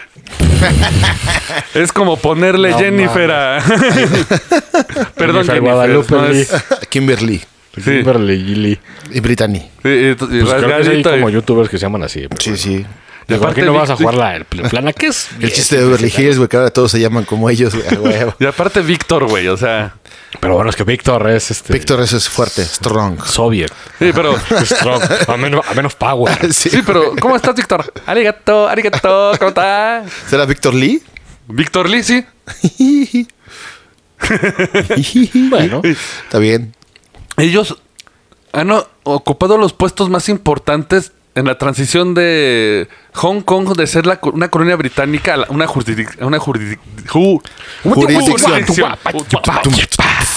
B: es como ponerle
D: No
B: Jennifer a. Perdón,
D: Jennifer
B: Jennifer.
D: Guadalupe
B: no
D: Lee.
B: es-
C: Kimberly
B: Sí.
D: Kimberly Lee.
C: y Brittany.
B: Sí, y- y
D: Pues creo que sí hay
B: rasgadito y-
D: como youtubers que se llaman así. pero
C: Sí,
D: bueno.
C: sí.
D: ¿De por
B: aparte
D: qué no
B: vi-
D: vas a jugar la el plana? ¿Qué es?
C: El chiste de Beverly Hills, güey, que ahora todos se llaman como ellos, güey. a huevo.
B: Y aparte Víctor, güey, o sea...
D: Pero bueno, es que Víctor es este.
C: Víctor, eso es fuerte, strong.
D: Soviet.
B: Sí, pero...
D: Strong. A menos, a menos power.
C: Sí.
B: Sí, pero ¿cómo estás, Víctor? Arigato, arigato, ¿cómo estás?
C: ¿Será Víctor Lee?
B: Víctor Lee, sí.
D: Bueno,
C: Está bien.
B: Ellos han o- ocupado los puestos más importantes en la transición de Hong Kong de ser la co- una colonia británica a la- una jurisdicción una jurisdic- ju-
C: Jurisdicción.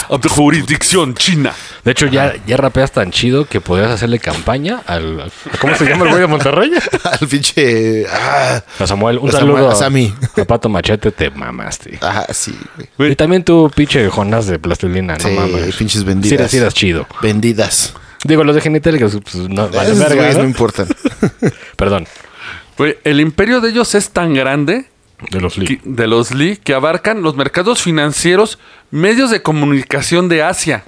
B: of the jurisdicción china.
D: de hecho, ya, ya rapeas tan chido que podrías hacerle campaña al. ¿Cómo se llama el güey de Monterrey?
C: Al pinche. Ah,
D: A Samuel, un
C: A Samuel,
D: saludo.
C: a Sammy.
D: A Pato Machete, te mamaste.
C: ah, sí, güey.
B: Güey.
D: Y también tú, pinche Jonás de plastilina,
C: Sí,
D: no mames.
C: pinches
D: Sí,
C: vendidas.
D: eras, sí eras chido.
C: Vendidas.
D: Digo, los de genital que pues, no, vale
C: Esos
D: verga,
C: güeyes
D: ¿no?
C: no importan.
D: Perdón.
B: Güey, el imperio de ellos es tan grande
D: De los
B: que- de los Lee que abarcan los mercados financieros, medios de comunicación de Asia.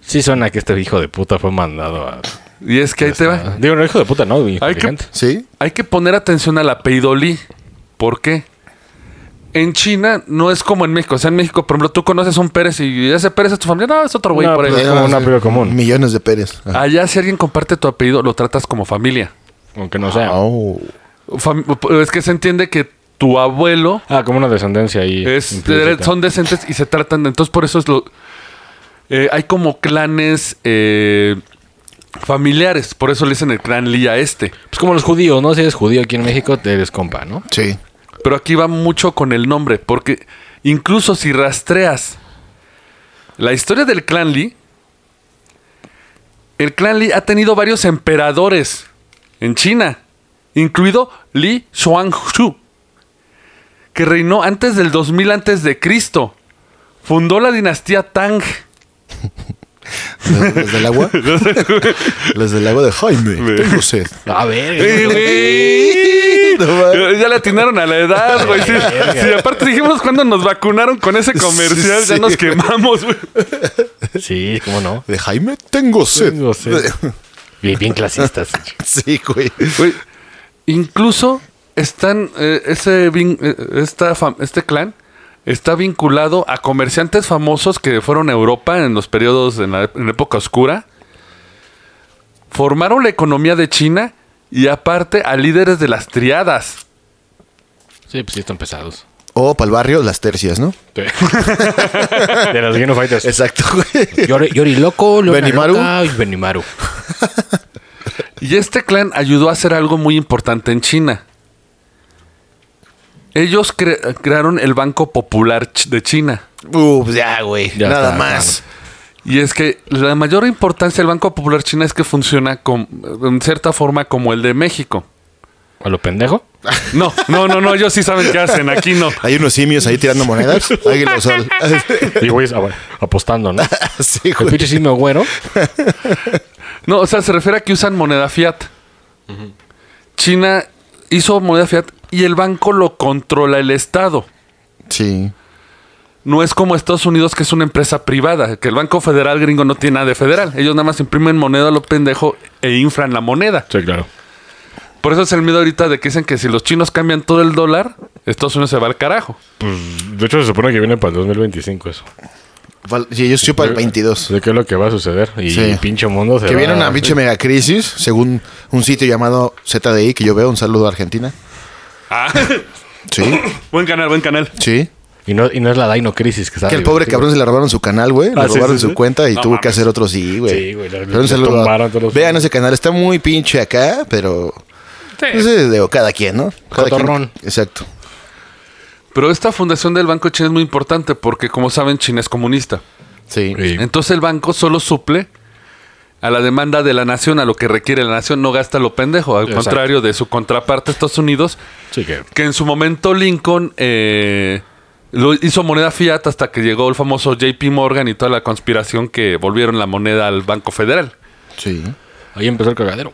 D: Sí suena que este hijo de puta fue mandado a... Ah,
B: Y es que ahí te va.
D: Digo, no hijo de puta, no, hijo
B: Hay
D: de
B: que-
D: gente.
C: ¿Sí?
B: Hay que poner atención al apellido Lee. ¿Por qué? En China no es como en México. O sea, en México, por ejemplo, tú conoces a un Pérez y ese Pérez es tu familia. No, es otro güey
D: No,
B: por ahí.
D: pero- Es como un apellido común.
C: Millones de Pérez. Ah.
B: Allá, si alguien comparte tu apellido, lo tratas como familia.
D: Aunque no sea.
C: Oh.
B: Fam- es que se entiende que tu abuelo
D: Ah, como una descendencia ahí.
B: es-
D: implícita.
B: son decentes y se tratan. Entonces, por eso es lo. eh, hay como clanes eh, familiares. Por eso le dicen el clan Lee a este.
D: Pues como los judíos, ¿no? Si eres judío aquí en México, te eres compa, ¿no?
C: Sí.
B: Pero aquí va mucho con el nombre, porque incluso si rastreas la historia del clan Lee, el clan Lee ha tenido varios emperadores en China, incluido Li Xuanzhu, que reinó antes del 2000 antes de Cristo. Fundó la dinastía Tang.
C: ¿Los los del agua? Los del agua de Jaime. Tengo sed.
D: A ver.
B: ¡Eh, güey!
C: No mames.
B: Ya le atinaron a la edad, güey. Sí, sí, aparte dijimos cuando nos vacunaron con ese comercial,
C: Sí,
B: ya
C: sí.
B: nos quemamos, güey.
D: Sí, ¿cómo no?
C: ¿De Jaime? Tengo sed.
D: Tengo sed. Bien, bien clasistas.
C: Sí, güey.
B: Güey, incluso están eh, ese vin- eh, esta fam- este clan está vinculado a comerciantes famosos que fueron a Europa en los periodos en la, en la época oscura. Formaron la economía de China y aparte a líderes de las triadas.
D: Sí, pues sí están pesados.
C: O para el barrio, las tercias, ¿no?
D: Sí. De los Game of Fighters.
C: Exacto, güey.
D: Yori, Yori Loco, Leona
C: Benimaru.
D: Loca y Benimaru.
B: Y este clan ayudó a hacer algo muy importante en China. Ellos cre- crearon el Banco Popular Ch- de China.
C: Uh, pues ya, güey.
D: Ya
C: Nada
D: está,
C: más.
B: Y es que la mayor importancia del Banco Popular China es que funciona con, en cierta forma como el de México.
D: ¿A lo pendejo?
B: No, no, no, no, ellos sí saben qué hacen, aquí no.
C: Hay unos simios ahí tirando monedas. Águila o sol.
D: Y güey, ah, bueno, apostando, ¿no?
C: Sí,
D: El
C: güey.
D: pinche simio güero.
B: No, o sea, se refiere a que usan moneda fiat. China hizo moneda fiat y el banco lo controla el Estado.
C: Sí.
B: No es como Estados Unidos, que es una empresa privada, que el Banco Federal gringo no tiene nada de federal. Ellos nada más imprimen moneda a lo pendejo e inflan la moneda.
D: Sí, claro.
B: Por eso es el miedo ahorita de que dicen que si los chinos cambian todo el dólar, Estados Unidos se va al carajo.
D: Pues, de hecho, se supone que viene para el 2025 eso.
C: Val- Sí, yo estoy para el 22.
D: ¿De qué es lo que va a suceder? Y
C: Sí.
D: el pinche mundo se
C: Que
D: va-
C: viene una pinche megacrisis, según un sitio llamado ZDI, que yo veo. Un saludo a Argentina.
B: Ah.
C: Sí,
B: Buen canal, buen canal.
C: sí.
D: Y no, y no es la Dino Crisis que está
C: Que el pobre cabrón se le robaron su canal, güey. Le
D: Ah, sí,
C: robaron
D: sí,
C: su
D: sí.
C: cuenta y
B: No
C: tuvo que
B: mames.
C: hacer otro sí, güey.
D: Sí, güey, le-
C: Pero un
D: le
C: saludo.
D: tumbaron todos los-
C: Vean ese canal, está muy pinche acá, pero. pues, eh, digo, cada quien, ¿no? Cada quien-
D: Cotorrón.
C: Exacto.
B: Pero esta fundación del Banco de China es muy importante porque, como saben, China es comunista.
C: Sí.
D: Sí.
B: Entonces el banco solo suple a la demanda de la nación, a lo que requiere la nación, no gasta lo pendejo, al
D: Exacto.
B: contrario de su contraparte Estados Unidos,
D: Sí, que...
B: que en su momento Lincoln eh, lo hizo moneda fiat hasta que llegó el famoso JP Morgan y toda la conspiración que volvieron la moneda al Banco Federal.
C: Sí.
D: Ahí empezó el cagadero.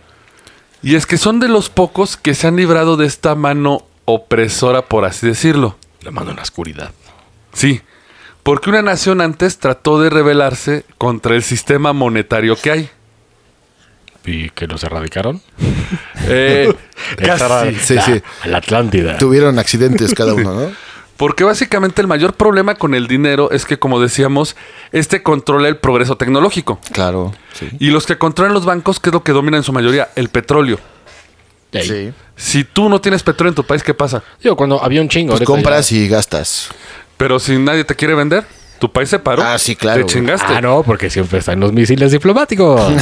B: Y es que son de los pocos que se han librado de esta mano opresora, por así decirlo.
D: Le mando en la oscuridad.
B: Sí, porque una nación antes trató de rebelarse contra el sistema monetario que hay.
D: y que los erradicaron.
B: Eh,
D: Entraron
B: casi.
C: Sí,
D: a-
C: sí.
D: A la Atlántida.
C: Tuvieron accidentes cada uno, ¿no?
B: Porque básicamente el mayor problema con el dinero es que, como decíamos, este controla el progreso tecnológico.
C: Claro. Sí.
B: Y los que controlan los bancos, ¿qué es lo que domina en su mayoría? El petróleo.
D: Ey.
C: Sí.
B: Si tú no tienes petróleo en tu país, ¿qué pasa?
D: Digo, cuando había un chingo.
C: Pues
D: ahorita
C: compras y gastas.
B: Pero si nadie te quiere vender, tu país se paró.
C: Ah, sí, claro,
B: Te
C: güey.
D: ya-
B: chingaste.
D: Ah, no, porque siempre están los misiles diplomáticos.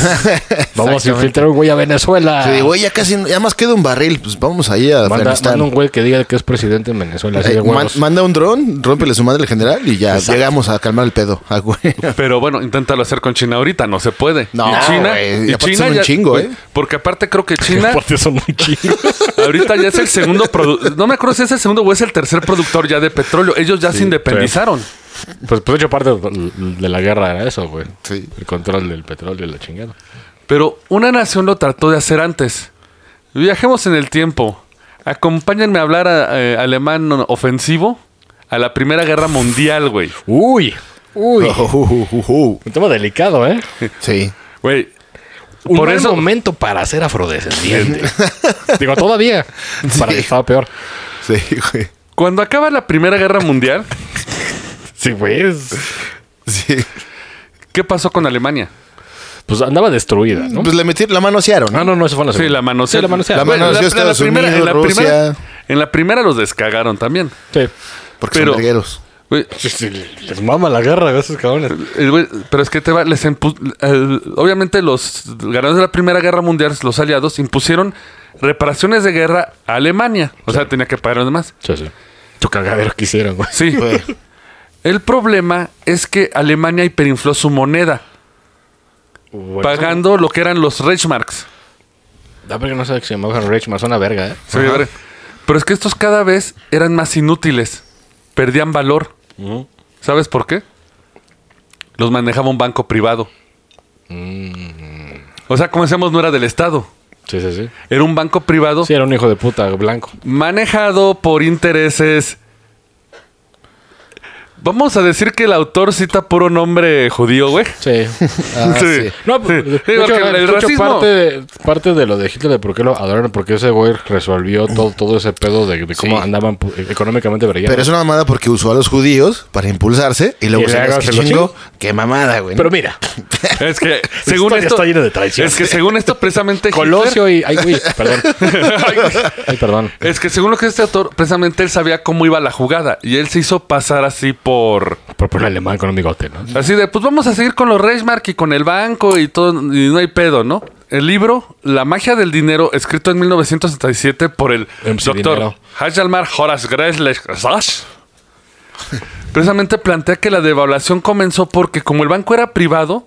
D: Vamos a infiltrar un güey a Venezuela.
C: Sí, güey, ya casi, ya más queda un barril. Pues vamos ahí a
D: Ah. Manda,
C: Afganistán.
D: manda un güey que diga que es presidente en Venezuela. así de
C: Eh, man-
D: huevos.
C: manda un dron, rómpele su madre al general y ya llegamos a calmar el pedo. Ah, güey.
B: Pero bueno, inténtalo hacer con China ahorita, no se puede.
C: No,
B: y China,
C: güey,
B: y
C: aparte
B: China
C: son un
B: ya-
C: chingo,
B: güey,
C: ¿eh?
B: Porque aparte creo que China
D: Aparte son muy chingos.
B: ahorita ya es el segundo produ- no me acuerdo si es el segundo o es el tercer productor ya de petróleo. Ellos ya se independizaron.
D: Pues, pues de hecho parte de de la guerra era eso, güey.
C: Sí.
D: El control del petróleo y la chingada.
B: Pero una nación lo trató de hacer antes. Viajemos en el tiempo. Acompáñenme a hablar a- eh, alemán ofensivo a la Primera Guerra Mundial, güey.
D: Uy, uy.
C: Oh, Ujujujuju.
D: Un tema delicado, ¿eh?
C: Sí.
B: Güey.
D: Un
B: Por
D: mal
B: eso,
D: momento para ser afrodescendiente. Digo, todavía. Para que estaba peor.
C: Sí, güey.
B: cuando acaba la Primera Guerra Mundial,
D: Sí, güey. es-
C: Sí.
B: ¿qué pasó con Alemania?
D: Pues andaba destruida, ¿no? Ah,
C: Pues le metieron la mano hacia Aaron.
D: No, no, no, eso fue en la
B: Sí,
D: segunda.
B: la manosearon.
D: Sí, la manosearon.
C: La
B: Bueno,
C: manoseó Estados Unidos,
B: primera,
C: Rusia.
B: en la primera los descagaron también.
D: Sí.
C: Porque
B: pero-
C: son vergueros.
B: Güey,
D: Sí, sí, Les mama la guerra a esos cabrones.
B: el güey- pero es que te va, les empu- eh, obviamente los ganadores de la Primera Guerra Mundial, los aliados, impusieron reparaciones de guerra a Alemania. O sea, tenía que pagar los demás.
D: Sí, sí. Tu cagadero que hicieron, güey.
B: Sí.
C: Güey.
B: El problema es que Alemania hiperinfló su moneda, pagando lo que eran los Reichsmarks.
D: Da porque no sé que se llamaban Rich, más una verga, ¿eh?
B: Sí, a ver. Pero es que estos cada vez eran más inútiles, perdían valor. ¿Sabes por qué? Los manejaba un banco privado. O sea, como decíamos, no era del Estado.
D: Sí, sí, sí.
B: Era un banco privado
D: Sí, era un hijo de puta blanco.
B: manejado por intereses. Vamos a decir que el autor cita puro nombre judío, güey.
D: Sí.
C: Ah, sí.
D: No, pues,
B: Sí,
D: de
B: porque
D: hecho,
B: el
D: de hecho,
B: racismo-
D: parte, de, parte de lo de Hitler, de por qué lo adoran, porque ese güey resolvió todo, todo ese pedo de, de cómo
C: Sí.
D: andaban pu- económicamente brillados.
C: Pero es una mamada porque usó a los judíos para impulsarse y luego
D: Y
C: se
D: luego
C: los
D: se los
C: chingo. Qué mamada, güey.
D: Pero mira,
B: Es que según
D: historia
B: esto
D: está llena de traiciones.
B: Es que según esto precisamente Hitler-
D: Colosio y... Ay, güey, perdón. Ay, perdón.
B: es que según lo que este autor precisamente él sabía cómo iba la jugada y él se hizo pasar así por
D: Por por un alemán con un bigote, ¿no?
B: así de pues vamos a seguir con los Reichsmark y con el banco y todo y no hay pedo, ¿no? El libro La magia del dinero escrito en 1967 por el
D: MC
B: doctor
D: Dinero.
B: Hajalmar Horace Gresler precisamente plantea que la devaluación comenzó porque como el banco era privado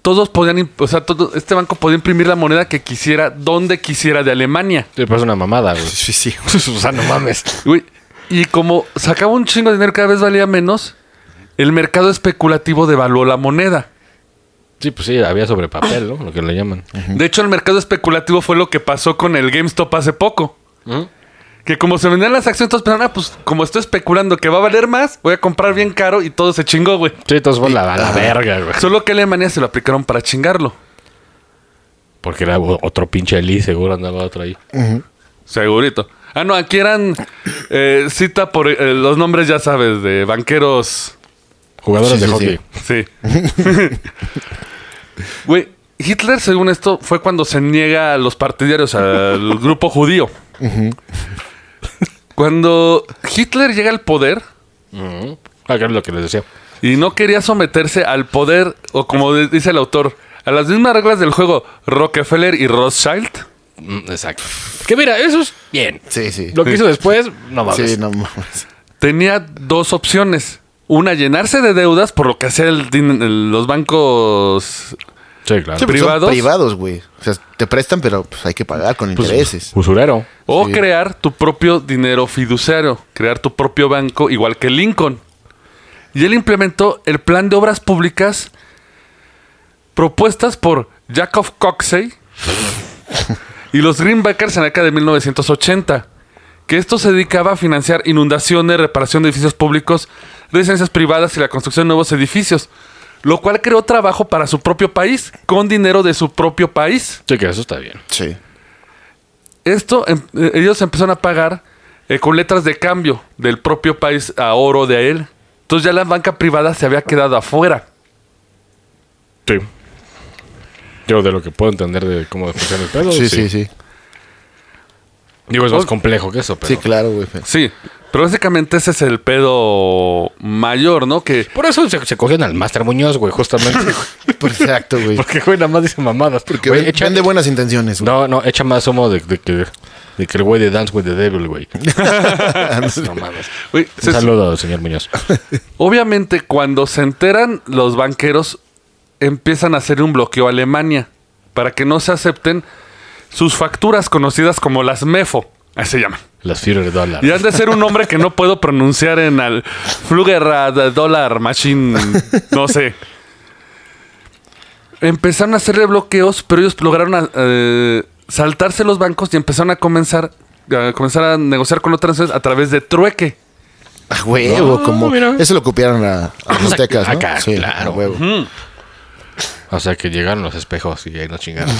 B: todos podían, imp- o sea, todo, este banco podía imprimir la moneda que quisiera, donde quisiera de Alemania.
D: Sí, pero es una mamada, güey.
C: Sí, sí. güey.
D: O sea, no mames.
B: Güey, y como sacaba un chingo de dinero cada vez valía menos, el mercado especulativo devaluó la moneda.
D: Sí, pues sí, había sobre papel, ¿no? Lo que le llaman.
B: De hecho, el mercado especulativo fue lo que pasó con el GameStop hace poco. Que como se vendían las acciones, todos pensaban, ah, pues como estoy especulando que va a valer más, voy a comprar bien caro y todo se chingó, güey.
D: Sí, entonces fue la, la verga, güey.
B: Solo que Alemania se lo aplicaron para chingarlo.
D: Porque era otro pinche Eli, seguro andaba otro ahí.
B: Segurito. Ah, no, aquí eran eh, cita por eh, los nombres, ya sabes, de banqueros
D: Jugadores
C: Sí,
D: de
C: sí,
D: hockey.
C: sí.
B: Sí. Güey, Hitler, según esto, fue cuando se niega a los partidarios, al grupo judío. Cuando Hitler llega al poder
D: Ujú. Ah, claro, lo que les decía.
B: y no quería someterse al poder, o como de- dice el autor, a las mismas reglas del juego Rockefeller y Rothschild.
D: Mm, Exacto. Que mira, eso es bien.
C: Sí, sí.
D: Lo que hizo después, no mames.
C: Sí, no mames.
B: Tenía dos opciones. Una, llenarse de deudas, por lo que hacía el din- el- los bancos
D: Sí, claro.
C: Sí, pues, porque son
B: ¿Privados?
C: privados, güey. O sea, te prestan, pero pues, hay que pagar con intereses.
D: Usurero.
B: O
C: Sí.
B: crear tu propio dinero fiduciario, crear tu propio banco, igual que Lincoln. Y él implementó el plan de obras públicas propuestas por Jacob Coxey y los Greenbackers en la década de 1980, que esto se dedicaba a financiar inundaciones, reparación de edificios públicos, licencias privadas y la construcción de nuevos edificios. lo cual creó trabajo para su propio país, con dinero de su propio país.
D: Sí, que eso está bien.
C: Sí.
B: Esto, em- eh, ellos empezaron a pagar eh, con letras de cambio del propio país a oro de él. Entonces ya la banca privada se había quedado afuera.
D: Sí. Yo de lo que puedo entender de cómo funciona el pedo.
C: Sí, sí, sí.
D: Digo, es más complejo que eso, pero.
C: Sí, claro, güey.
B: Sí, pero básicamente ese es el pedo mayor, ¿no? Que
D: Por eso se, se cogen al Master Muñoz, güey, justamente.
C: Pues, Exacto, güey.
D: Porque, güey, nada más dice mamadas.
C: Porque
D: Güey,
C: ven, ven de buenas intenciones, güey.
D: No, no, echa más humo de, de que, de que el güey de Dance with the Devil, güey. no mames.
B: Güey,
D: Un
B: se-
D: saludo, señor Muñoz.
B: Obviamente, cuando se enteran, los banqueros empiezan a hacer un bloqueo a Alemania para que no se acepten sus facturas conocidas como las MEFO. Así se llaman.
D: Las Führer Dollar.
B: Y han de ser un nombre que no puedo pronunciar en al Flugerrad Dollar Machine. No sé. Empezaron a hacerle bloqueos, pero ellos lograron a- eh, saltarse los bancos y empezaron a comenzar, a comenzar a negociar con otras naciones a través de trueque.
C: A huevo,
D: No,
C: como.
D: mira.
C: Eso lo copiaron a, a los
D: sea,
C: aztecas, ¿no?
D: acá,
C: sí,
D: claro.
C: A huevo.
D: O sea, que llegaron los espejos y ahí nos chingaron.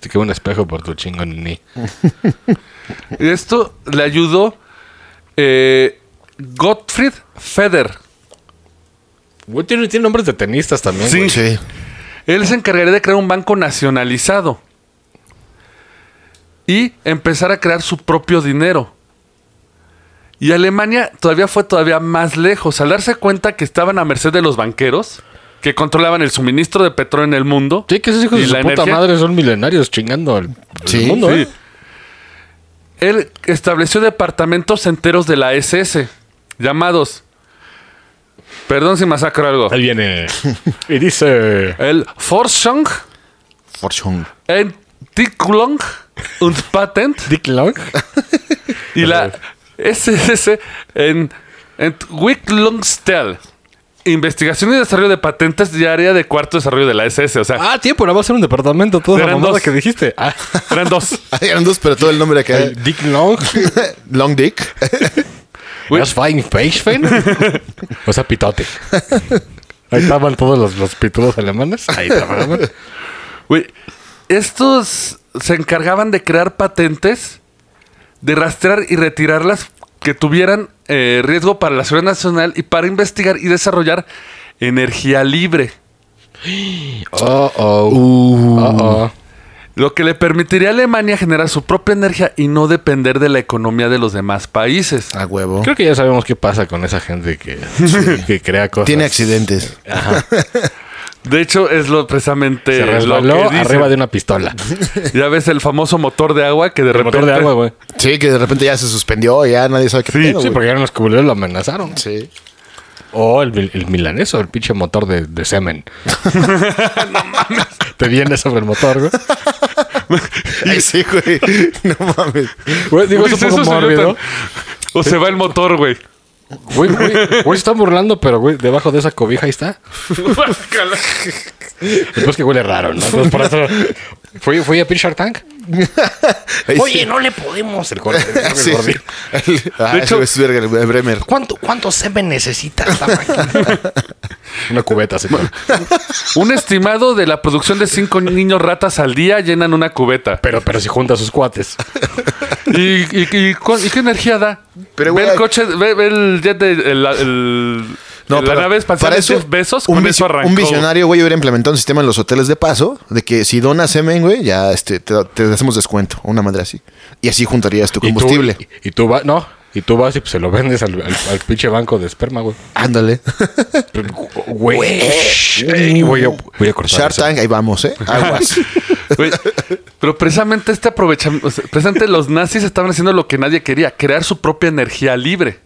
D: Te quedó un espejo por tu chingón ni.
B: Y Esto le ayudó eh, Gottfried Feder.
D: Güey, tiene, tiene nombres de tenistas también,
B: Sí.
D: güey.
C: Sí.
B: Él se encargaría de crear un banco nacionalizado y empezar a crear su propio dinero. Y Alemania todavía fue todavía más lejos. Al darse cuenta que estaban a merced de los banqueros, que controlaban el suministro de petróleo en el mundo.
D: Sí, que esos hijos
B: y
D: de su
B: la
D: puta
B: energía,
D: madre son milenarios chingando al al
C: Sí,
D: mundo,
B: sí.
D: ¿eh?
B: Él estableció departamentos enteros de la SS, llamados... Perdón si masacro algo.
D: Ahí viene. Y dice.
B: El Forschung,
C: Fortune.
B: Entwicklung und Patent
D: Dick Long.
B: y la SSS en Entwicklungsstelle. Investigación y desarrollo de patentes y área de cuarto desarrollo de la SS. O sea,
D: Ah, tiempo, la va a ser un departamento. Toda la
B: Eran
D: mamada
B: dos.
D: que dijiste. Ah,
B: eran dos.
C: Eran dos, pero todo el nombre acá.
D: el Dick Long.
C: Long Dick.
B: Güey.
D: ¿Es Fine Page Fan? o sea, pitote. Ahí estaban todos los, los pitudos alemanes. Ahí estaban.
B: Güey, estos se encargaban de crear patentes, de rastrear y retirarlas que tuvieran eh, riesgo para la seguridad nacional y para investigar y desarrollar energía libre.
D: Oh, oh.
B: Uh.
D: Oh, oh.
B: Lo que le permitiría a Alemania generar su propia energía y no depender de la economía de los demás países.
C: A huevo.
D: Creo que ya sabemos qué pasa con esa gente que, que crea cosas.
C: Tiene accidentes.
B: De hecho, es lo precisamente
D: Se
B: lo
D: resbaló
B: que
D: arriba de una pistola.
B: Ya ves el famoso motor de agua que de
D: El
B: repente...
D: motor de agua, güey.
C: Sí, que de repente ya se suspendió, ya nadie sabe qué
B: Sí,
C: pedo,
D: Sí,
C: güey.
D: porque eran los cubuleros lo amenazaron.
C: Sí.
D: O el, mil- el milaneso, el pinche motor de, de semen. Te viene sobre el motor, güey.
C: Ay, sí, güey. No mames.
D: Güey, digo, es
B: Dice,
D: un poco
B: "Eso se ve
D: mórbido.
B: tan- O se va el motor, güey.
D: Güey, güey, güey, se están burlando, pero güey, debajo de esa cobija ahí está. Después que huele raro, ¿no? Entonces, por eso. Fui, fui a Pitch Shark Tank.
C: Ahí
D: Oye,
C: sí.
D: no le podemos. El gordo. El
C: Sí,
D: gordo.
C: sí. Ah,
B: De
C: ese
B: hecho-
C: güey es verga, el Bremer.
D: ¿Cuánto, ¿Cuánto semen necesita esta máquina? Una cubeta, señor.
B: Un estimado de la producción de cinco niños ratas al día llenan una cubeta.
D: Pero, pero si junta a sus cuates.
B: ¿Y, y, y cu- y qué energía da?
C: Pero,
B: ve
C: güey,
B: el coche, ve, ve el jet de el, el- la
C: pero
B: nave espacial
C: para
B: de Jeff Bezos,
C: un,
B: con
C: visi-
B: eso arrancó.
C: un visionario, güey, hubiera implementado un sistema en los hoteles de paso de que si donas semen, güey, ya este, te, te hacemos descuento, una madre así. Y así juntarías tu
D: Y tú-
C: combustible.
D: Y, y tú vas, no. Y tú vas y pues, se lo vendes al, al- al pinche banco de esperma, güey.
C: Ándale.
D: Güey. Ey, güey, yo- Voy a cortar.
C: Shark
D: eso.
C: Tank, ahí vamos, ¿eh? Aguas.
B: Güey, pero precisamente este aprovechamiento, precisamente los nazis estaban haciendo lo que nadie quería, crear su propia energía libre.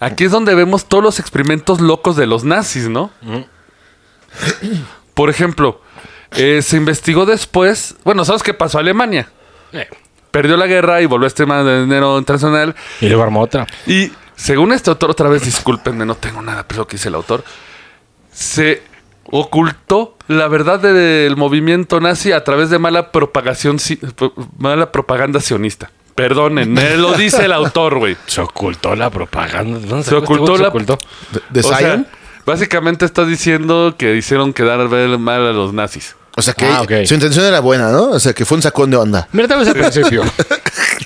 B: Aquí es donde vemos todos los experimentos locos de los nazis, ¿no? Por ejemplo, eh, se investigó después, bueno, ¿sabes qué pasó? Alemania
D: Eh,
B: perdió la guerra y volvió a este tema de dinero internacional
D: Y luego armó otra.
B: y según este autor, otra vez discúlpenme, no tengo nada, pero lo que dice el autor, se ocultó la verdad del movimiento nazi a través de mala propagación, si- pro- mala propaganda sionista. Perdonen, me lo dice el autor, güey.
D: Se ocultó la propaganda. ¿Dónde
B: Se
D: este güey
B: ocultó la-
D: ocultó?
C: ¿De, de
B: O sea,
C: Zion?
B: Básicamente está diciendo que hicieron quedar ver mal a los nazis.
C: O sea que
D: Ah, ok.
C: su intención era buena, ¿no? O sea que fue un sacón de onda.
D: Mira, tal vez al principio.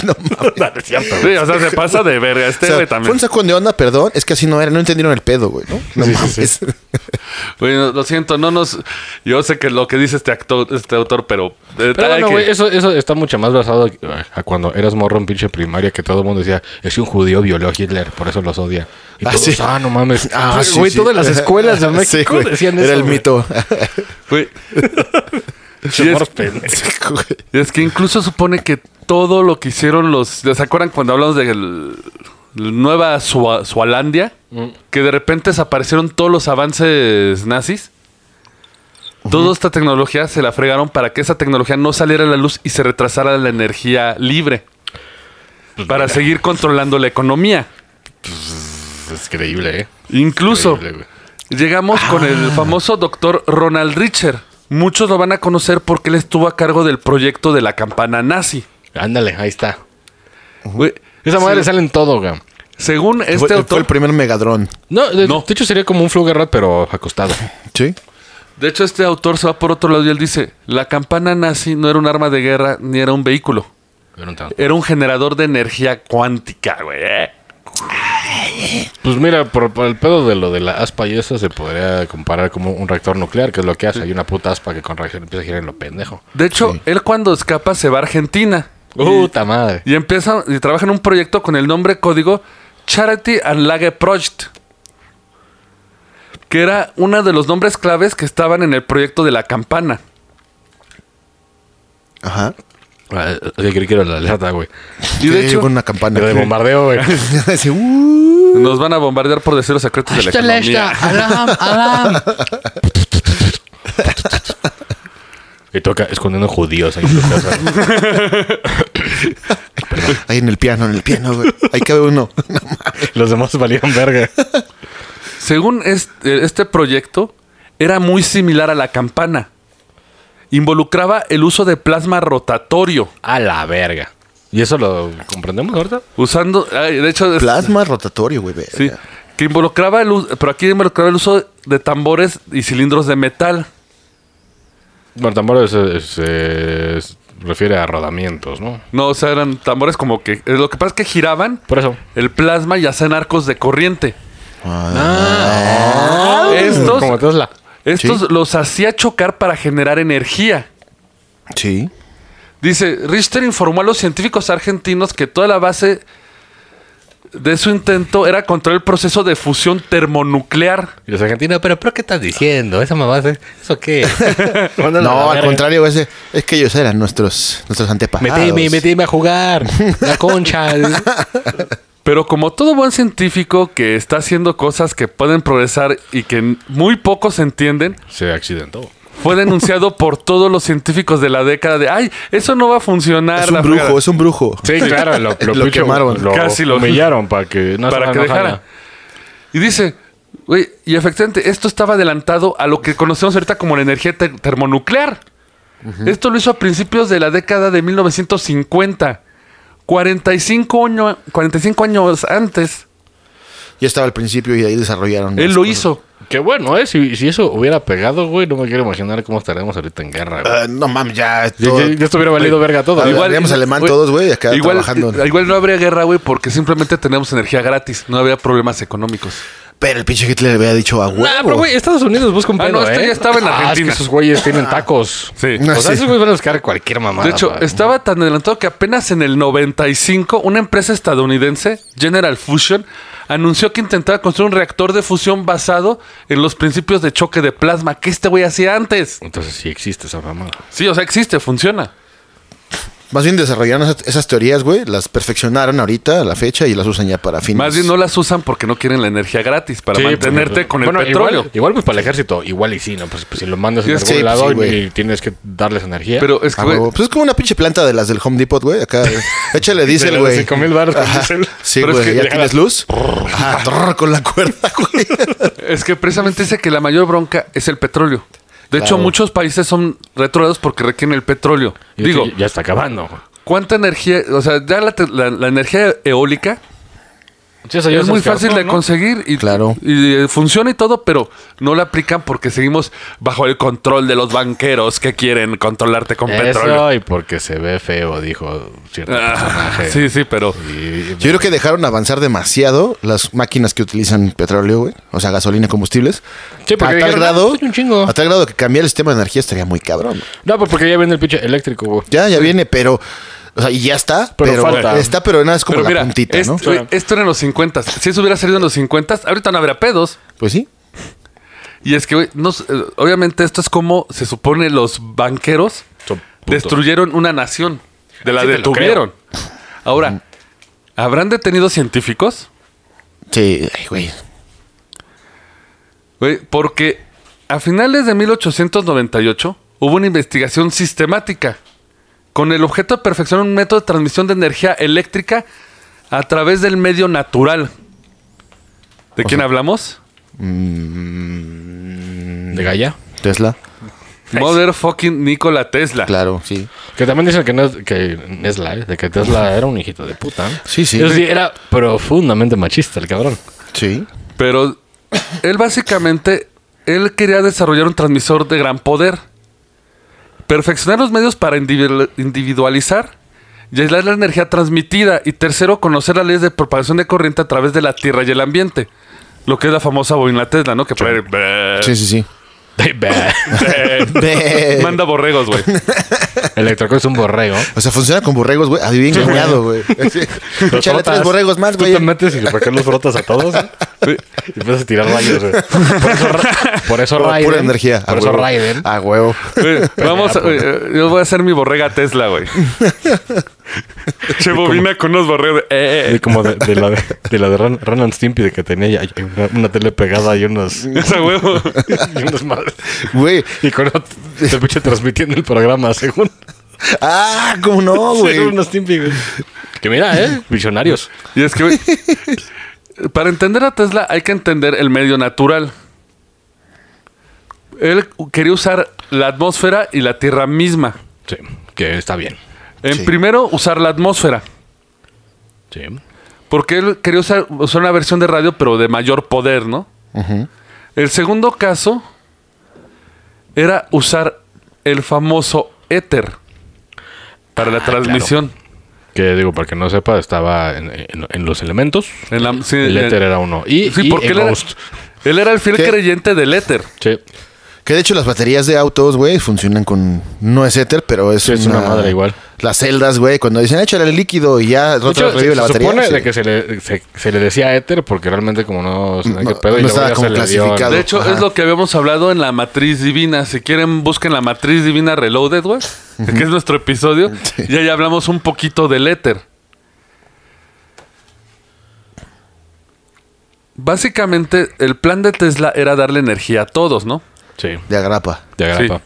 C: No mames.
D: No, no es cierto.
B: Sí, o sea, se pasa de verga.
C: O
B: Este
C: sea,
B: güey
C: fue un
B: también.
C: sacón de onda, perdón. Es que así no era, no entendieron el pedo, güey. No, No mames.
B: Güey, no, lo siento, no nos. Yo sé que lo que dice este actor, este autor, pero. eh,
D: Pero
B: hay
D: bueno,
B: que-
D: güey, eso, eso está mucho más basado a, a cuando eras morro en pinche primaria que todo el mundo decía, es que un judío violó a Hitler, por eso los odia. Y
C: Ah,
D: todos,
C: sí.
D: ah, no mames.
C: Ah, sí,
D: güey,
C: sí.
D: todas las escuelas de
C: Sí,
D: México
C: güey.
D: decían
C: Era
D: eso,
C: el
D: güey.
C: mito.
B: güey.
D: Pinches
B: Y es-
D: morros pendejos.
C: Güey.
B: Y Es que incluso supone que todo lo que hicieron los. ¿Se acuerdan cuando hablamos de el- Nueva Sua- Sualandia? Que de repente desaparecieron todos los avances nazis. Toda esta tecnología se la fregaron para que esa tecnología no saliera a la luz y se retrasara la energía libre. Para seguir controlando la economía.
D: Es creíble, ¿eh?
B: Incluso
D: Increíble, güey.
B: llegamos con el famoso doctor Ronald Richter. Muchos lo van a conocer porque él estuvo a cargo del proyecto de la campana nazi.
D: Ándale, ahí está.
B: Güey,
D: Esa madre
B: se-
D: le sale en todo, güey.
B: Según
C: Fue-
B: este
C: fue el
B: autor,
C: primer Megadron.
D: No, de,
B: No.
D: de hecho sería como un Flugerrat, pero acostado.
C: ¿Sí?
B: de hecho este autor se va por otro lado y él dice, la campana nazi no era un arma de guerra ni era un vehículo,
D: Era un tanto.
B: era un generador de energía cuántica, güey.
D: Pues mira, por, por el pedo de lo de la aspa y eso se podría comparar como un reactor nuclear, que es lo que hace. Hay una puta aspa que con reacción empieza a girar en lo pendejo.
B: De hecho, él cuando escapa se va a Argentina
D: Puta madre.
B: y empieza y trabaja en un proyecto con el nombre código Charity and Lage Project, que era uno de los nombres claves que estaban en el proyecto de la campana.
C: Ajá.
D: Ah, Yo creí que era la alerta, güey.
B: Y de
C: Sí,
B: hecho,
C: con una campana.
D: Lo de bombardeo, güey.
C: Sí, uh.
B: nos van a bombardear por decir los secretos de la economía.
D: Y toca escondiendo judíos ahí en su casa.
C: Ahí en el piano, en el piano, güey. Ahí cabe uno. No mames.
D: Los demás valían verga.
B: Según este, este proyecto, era muy similar a la campana. Involucraba el uso de plasma rotatorio,
D: A la verga. ¿Y eso lo comprendemos ahorita?
B: usando, ay, de hecho, es-
C: Plasma rotatorio, güey. verga.
B: sí, que involucraba el, us- pero aquí involucraba el uso de tambores y cilindros de metal.
D: Bueno, tambor se, se- se refiere a rodamientos, ¿no?
B: No, o sea, eran tambores como que, eh, lo que pasa es que giraban
D: Por eso.
B: el plasma y hacían arcos de corriente.
C: Ah,
B: Estos,
D: Como Tesla.
B: estos
C: Sí.
B: los hacía chocar para generar energía.
C: Sí.
B: Dice, Richter informó a los científicos argentinos que toda la base de su intento era controlar el proceso de fusión termonuclear.
D: Y los argentinos, pero, pero ¿qué estás diciendo? Esa mamá, hace- ¿eso qué?
C: No, al contrario, güey, ese- es que ellos eran nuestros, nuestros antepasados.
D: Meteme, meteme a jugar. La concha.
B: Pero como todo buen científico que está haciendo cosas que pueden progresar y que n- muy pocos entienden,
D: Se accidentó.
B: fue denunciado por todos los científicos de la década de, ay, eso no va a funcionar.
C: Es un
B: la
C: brujo,
B: fregada".
C: es un brujo.
D: Sí, claro, lo,
C: Lo
D: picho-
C: quemaron.
D: Lo
B: Casi lo-
D: humillaron para que no
B: para
D: no,
B: que
D: no,
B: dejara. Y dice, güey, y efectivamente, esto estaba adelantado a lo que conocemos ahorita como la energía ter- termonuclear. Esto lo hizo a principios de la década de 1950. 45, año- 45 años antes,
C: Ya estaba al principio y de ahí desarrollaron.
B: él
C: las
B: lo
C: cosas.
B: hizo.
D: Que bueno, eh, si, si eso hubiera pegado, güey, no me quiero imaginar cómo estaríamos ahorita en guerra, güey.
C: Ah, no mames, ya.
D: Ya-
C: todo-
D: ya, ya estuviera valido verga todo.
C: A
D: güey.
C: ver, haríamos alemán todos, güey, acá
B: igual,
C: trabajando.
B: eh, Igual no habría guerra, güey, porque simplemente tenemos energía gratis. No había problemas económicos.
C: Pero el pinche Hitler le había dicho a huevo.
D: Nah, ah, pero güey, Estados Unidos busca un
B: Ah,
D: pedo,
B: no, este
D: ¿eh?
B: ya estaba en
D: Ah, es
B: Argentina.
D: que esos güeyes tienen tacos.
B: Sí.
D: O sea,
C: Ah, Sí.
D: esos güeyes van a buscar cualquier mamada.
B: De hecho,
D: pa-
B: estaba tan adelantado que apenas en el 95 una empresa estadounidense, General Fusion, anunció que intentaba construir un reactor de fusión basado en los principios de choque de plasma que este güey hacía antes.
D: Entonces sí existe esa mamada.
B: Sí, o sea, existe, funciona.
C: Más bien desarrollaron esas, esas teorías, güey, las perfeccionaron ahorita a la fecha y las usan ya para fines.
B: Más bien no las usan porque no quieren la energía gratis para
D: Sí,
B: mantenerte
D: porque-
B: con el
D: bueno,
B: petróleo.
D: Igual, igual, pues para el ejército, igual y sí, ¿no? Pues, pues, si lo mandas a
B: Sí,
D: algún
B: es
C: que, pues,
D: lado
C: sí,
D: y-
C: güey.
D: y tienes que darles energía.
B: Pero es que,
C: Ah,
B: güey,
C: huevo. Pues es como una pinche planta de las del Home Depot, güey. Acá, güey. échale diésel, güey.
D: 5 mil baros con diésel.
C: Sí,
B: Pero es
C: güey.
B: que
C: ¿Ya
B: deja
C: tienes luz? Ajá, trrr, con la cuerda, güey.
B: es que precisamente dice que la mayor bronca es el petróleo. De hecho,
C: Claro.
B: muchos países son retrógrados porque requieren el petróleo.
D: Y
B: Digo,
D: esto ya- ya está acabando. güey.
B: ¿Cuánta energía? O sea, ya la, te- la- la energía eólica
D: Sí, eso ya
B: es muy
D: cartón,
B: fácil de
D: ¿no?
B: conseguir y,
C: Claro.
B: y, eh, funciona y todo, pero no lo aplican porque seguimos bajo el control de los banqueros que quieren controlarte con petróleo.
D: Eso y porque se ve feo, dijo cierto
B: Ah,
D: personaje.
B: sí, sí, pero
D: Y-
C: Yo creo que dejaron avanzar demasiado las máquinas que utilizan petróleo, güey. O sea, gasolina, combustibles.
D: Sí, porque
C: a tal
D: dijeron,
C: grado,
D: "Ah, pues un chingo".
C: a tal grado que cambiar el sistema de energía estaría muy cabrón. güey.
D: No, pues porque ya viene el pinche eléctrico, güey.
C: Ya, ya viene, pero, o sea, y ya está, pero,
D: Pero falta.
C: está, pero nada es como
B: pero
C: la
B: mira, este-
C: puntita,
B: es-
C: ¿no?
B: güey, esto era en los 50. Si eso hubiera salido en los 50, ahorita no habría pedos.
C: Pues sí.
B: Y es que, güey, no s- eh, obviamente esto es como se supone los banqueros
D: Son putos.
B: destruyeron una nación. De la
D: Sí te lo
B: detuvieron. Ahora, ¿habrán detenido científicos?
C: Sí, ay, güey.
B: Güey, porque a finales de 1898 hubo una investigación sistemática con el objeto de perfeccionar un método de transmisión de energía eléctrica a través del medio natural. ¿De quién hablamos?
D: De Gaia.
C: Mm, Tesla.
B: Motherfucking Nikola
D: Ah.
B: Tesla.
C: Claro, sí.
D: Que también dicen que, no, es- que Tesla, ¿eh? de que Tesla era un hijito de puta. ¿no?
C: Sí, sí.
D: Eso sí, era profundamente machista el cabrón.
C: Sí.
D: Eh.
B: Pero él básicamente, él quería desarrollar un transmisor de gran poder. Perfeccionar los medios para individu- individualizar y aislar la energía transmitida. Y tercero, conocer las leyes de propagación de corriente a través de la tierra y el ambiente. Lo que es la famosa bobina Tesla, ¿no? Que
C: Sí, sí, sí.
B: manda borregos, güey.
D: Electroco es un borrego.
C: O sea, funciona con borregos, güey. Adivin engañado, güey. Sí.
D: Los
C: Échale
D: frotas.
C: tres borregos más,
D: Tú
C: güey.
D: te metes y para qué los frotas a todos. eh? Y empiezas a tirar rayos, güey. Por eso, Ra- por eso
C: Pura
D: Raiden.
C: energía.
D: Por
C: a
D: eso
C: huevo. Ah,
D: Raiden.
C: A huevo.
B: Güey, Vamos, a-
C: pues.
B: güey, eh, yo voy a hacer mi borrega Tesla, güey. che bobina con unos borregos. Eh, eh,
D: Sí, como de, de la de, de la de Ren, Ren and Stimpy de que tenía ya- ya una, una tele pegada y unos
B: eh. Esa huevo.
D: y unos madres.
C: Güey.
D: Y con otro te pinche transmitiendo el programa según,
C: Ah, ¿cómo no, güey?
D: según unos Stimpy. güey. Que mira, eh, visionarios.
B: Y es que, güey, para entender a Tesla hay que entender el medio natural. Él quería usar la atmósfera y la Tierra misma.
D: Sí, que está bien.
B: En
C: Sí.
B: primero, usar la atmósfera.
D: Sí.
B: Porque él quería usar, usar una versión de radio, pero de mayor poder, ¿no? El segundo caso era usar el famoso éter para
D: Ah,
B: la transmisión.
D: Que digo, para que no sepa, estaba en, en- en los elementos.
B: En la- sí,
D: El
B: en-
D: éter era uno. Y,
B: Sí,
D: y
B: porque
D: en
B: él era,
D: Ghost.
B: él era el fiel
C: ¿Qué?
B: creyente del éter.
D: Sí,
C: Que de hecho las baterías de autos, güey, funcionan con... No es éter, pero es,
D: Sí, es una madre igual.
C: Las celdas, güey, cuando dicen échale el líquido y ya
D: De
C: otra
D: hecho,
C: vez revive
D: se,
C: la
D: se
C: batería.
D: supone
C: sí.
D: de que se le, se, se le decía éter porque realmente como no... se
C: No,
D: qué pedo, y
C: no
D: luego
C: estaba
D: ya
C: como
D: se le dio-
C: clasificado.
B: De hecho,
C: Ajá.
B: es lo que habíamos hablado en la matriz divina. Si quieren, busquen la matriz divina Reloaded, güey, que es nuestro episodio. Y ahí hablamos un poquito del éter. Básicamente, el plan de Tesla era darle energía a todos, ¿no?
D: Sí,
C: De agrapa.
D: de agrapa.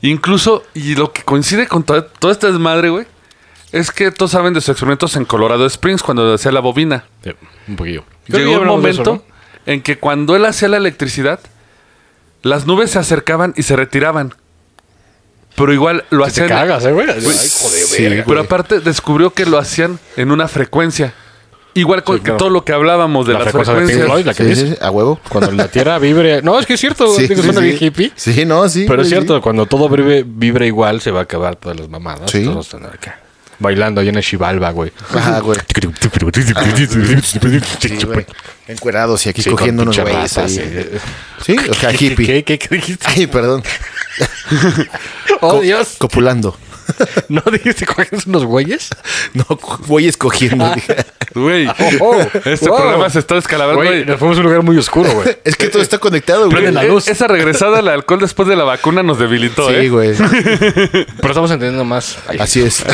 B: Sí. Incluso, y lo que coincide con to- todo este desmadre, güey, es que todos saben de sus experimentos en Colorado Springs cuando hacía la bobina.
D: Sí, un poquillo.
B: Llegó un momento en que cuando él hacía la electricidad, las nubes se acercaban y se retiraban. Pero igual lo
D: Se
B: hacían.
D: cagas, eh, güey. Ay,
C: sí,
D: joder,
B: pero aparte descubrió que lo hacían en una frecuencia. Igual con
D: Sí, claro.
B: todo lo que hablábamos de
D: La
B: las
D: frecuencia de Pink
B: frecuencias.
D: Floyd, la que
C: Sí,
D: dice.
C: sí, sí, a huevo.
D: Cuando la tierra vibre... No, es que es cierto, güey.
C: Sí,
D: que
C: sí,
D: suena
C: sí.
D: bien hippie.
C: Sí, no, sí.
D: Pero
C: güey,
D: es
C: sí.
D: cierto, cuando todo vibre, vibra igual, se va a acabar todas las mamadas.
C: Sí.
D: Todos están acá. Bailando ahí en el Shivalba, güey.
C: Ajá, güey. Sí, güey. Encuerados y aquí
D: Sí, con eh.
C: cogiendo unos
D: pinche
C: güeyes
D: raza,
C: ahí.
D: sí.
C: Sí, o sea,
D: ¿Qué,
C: hippie.
D: qué, qué, qué dijiste?
C: Ay, perdón.
D: Oh,
C: Co-
D: Dios.
C: Copulando.
D: ¿No dijiste coges unos güeyes?
C: No, voy escogiendo.
D: Ah.
C: dije.
B: Güey,
D: oh,
B: este
D: wow.
B: programa se está descalabrando.
D: Güey,
B: güey.
D: nos fuimos a un lugar muy oscuro, güey.
C: Es que todo está conectado, güey.
D: Prende la
B: Eh,
D: luz.
B: Esa regresada al alcohol después de la vacuna nos debilitó,
C: Sí,
B: ¿eh?
C: güey.
D: Pero estamos entendiendo más. Ay,
C: Así es.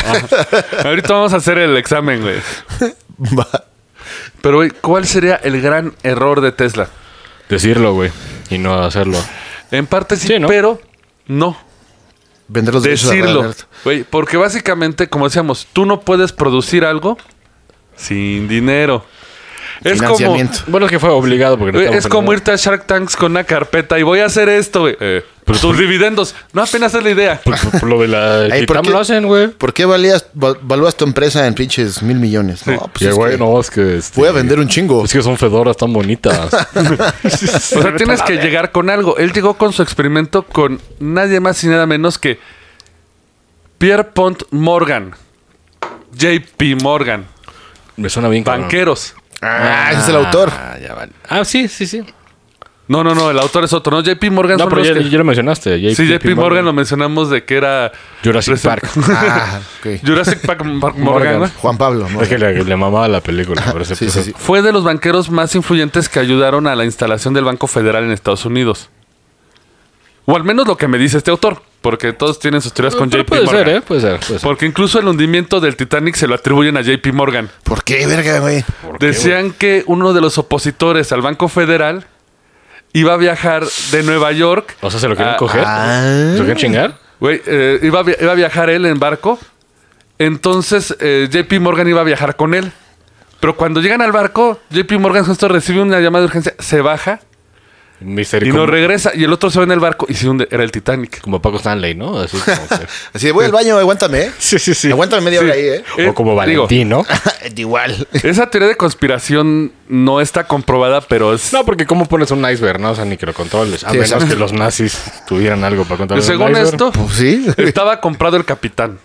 B: Ahorita vamos a hacer el examen, güey.
C: Va.
B: Pero, güey, ¿cuál sería el gran error de Tesla?
D: Decirlo, güey. Y no hacerlo.
B: En parte sí,
D: Sí, ¿no?
B: pero no.
C: Vender los
D: Pues
C: derechos a
B: decirlo.
C: Robert.
B: Güey, porque básicamente, como decíamos, tú no puedes producir algo sin dinero. Es como,
C: Financiamiento.
D: Bueno, es que fue obligado porque no
B: güey,
D: estábamos
B: es como
D: en-
B: irte a Shark Tanks con una carpeta y voy a hacer esto, güey. Eh,
D: Pues,
B: Tus dividendos. No apenas es la idea.
D: pues, pues, lo de la
E: Ey, ¿por
D: Quitam
E: qué?
D: lo hacen, güey.
E: ¿Por qué valías, val- valúas tu empresa en pinches mil millones? No, pues
D: Que,
E: es
D: güey,
E: que
D: no, es que... este,
E: voy a vender un chingo.
D: Es que son fedoras tan bonitas.
B: O sea, tienes que llegar con algo. Él llegó con su experimento con nadie más y nada menos que Pierre Pont Morgan. JP Morgan.
D: Me suena bien. cabrón.
B: Banqueros.
E: Ah, ese es el autor.
D: Ah, ya vale. Ah, sí, sí, sí.
B: No, no, no, el autor es otro, ¿no? JP Morgan
D: No,
B: son
D: pero
B: los
D: ya,
B: que-
D: ya lo mencionaste.
B: Sí, JP Morgan, lo mencionamos de que era...
D: Jurassic
B: Resen-
D: Park.
E: Ah, ok.
B: Jurassic Park, Park Morgan, güey.
E: Juan Pablo. ¿no?
D: Es que le, le mamaba la película. por eso
E: sí,
D: puso-
E: sí, sí.
B: Fue de los banqueros más influyentes que ayudaron a la instalación del Banco Federal en Estados Unidos. O al menos lo que me dice este autor, porque todos tienen sus teorías con
D: Pero
B: JP
D: puede
B: Morgan.
D: ser, ¿eh? Puede ser. Puede ser.
B: Porque incluso el hundimiento del Titanic se lo atribuyen a JP Morgan.
E: ¿Por qué, verga, güey?
B: Decían que uno de los opositores al Banco Federal iba a viajar de Nueva York.
D: O sea, ¿se lo quieren
B: Ah,
D: coger? ¿Se lo quieren chingar?
B: Güey, eh, iba, a vi- iba a viajar él en barco. Entonces eh, JP Morgan iba a viajar con él. Pero cuando llegan al barco, JP Morgan justo recibe una llamada de urgencia, se baja
D: Mister
B: y
D: como,
B: no regresa. Y el otro se va en el barco y se hunde. Era el Titanic.
D: como Paco Stanley, ¿no? Así como ser.
E: Así de, voy al baño, aguántame, ¿eh?
D: sí, sí, sí.
E: Aguántame media hora ahí, ¿eh?
B: Eh,
D: O como
B: digo,
D: Valentín, ¿no?
E: Igual.
B: Esa teoría de conspiración no está comprobada, pero es...
D: No, porque ¿cómo pones un iceberg? No, o sea, ni que lo controles. A
E: Sí,
D: menos
E: exacto.
D: que los nazis tuvieran algo para controlar.
B: según
D: un iceberg.
B: esto,
E: Pues sí.
B: estaba comprado el capitán.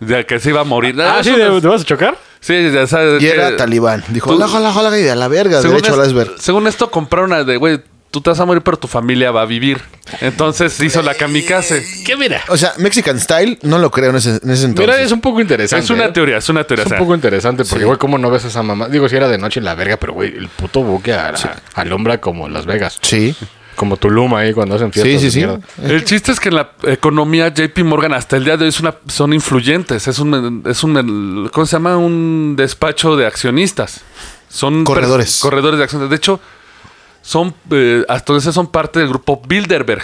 B: De que se iba a morir.
D: Ah, sí,
B: Eso no
D: ¿te,
B: es-
D: te vas a chocar?
B: sí, ya sabes
E: Y
B: que-
E: era talibán. Dijo,
B: tú-
E: hola, hola, hola, y a la verga,
B: Eh, pues, Según,
E: derecho
B: es-
E: al iceberg.
B: según esto, compraron a de, güey, tú te vas a morir, pero tu familia va a vivir. Entonces hizo la kamikaze.
D: ¿Qué mira?
E: O sea, Mexican Style, no lo creo en ese, en ese entonces.
D: Mira, es un poco interesante.
B: Es una
D: ¿eh?
B: teoría, es una teoría.
D: Es
B: o sea,
D: un poco interesante porque, güey, ¿cómo no ves a esa mamá? Digo, si era de noche la verga, pero, güey, el puto buque a- alumbra como Las Vegas.
E: Sí.
D: Como Tulum ahí cuando hacen fiestas.
E: Sí, sí,
D: de
E: sí.
D: mierda.
B: El chiste es que en la economía JP Morgan hasta el día de hoy es una, son influyentes. Es un, es un, ¿cómo se llama? Un despacho de accionistas. Son
E: Corredores.
B: pers- Corredores de accionistas. De hecho, son, eh, hasta entonces son parte del grupo Bilderberg.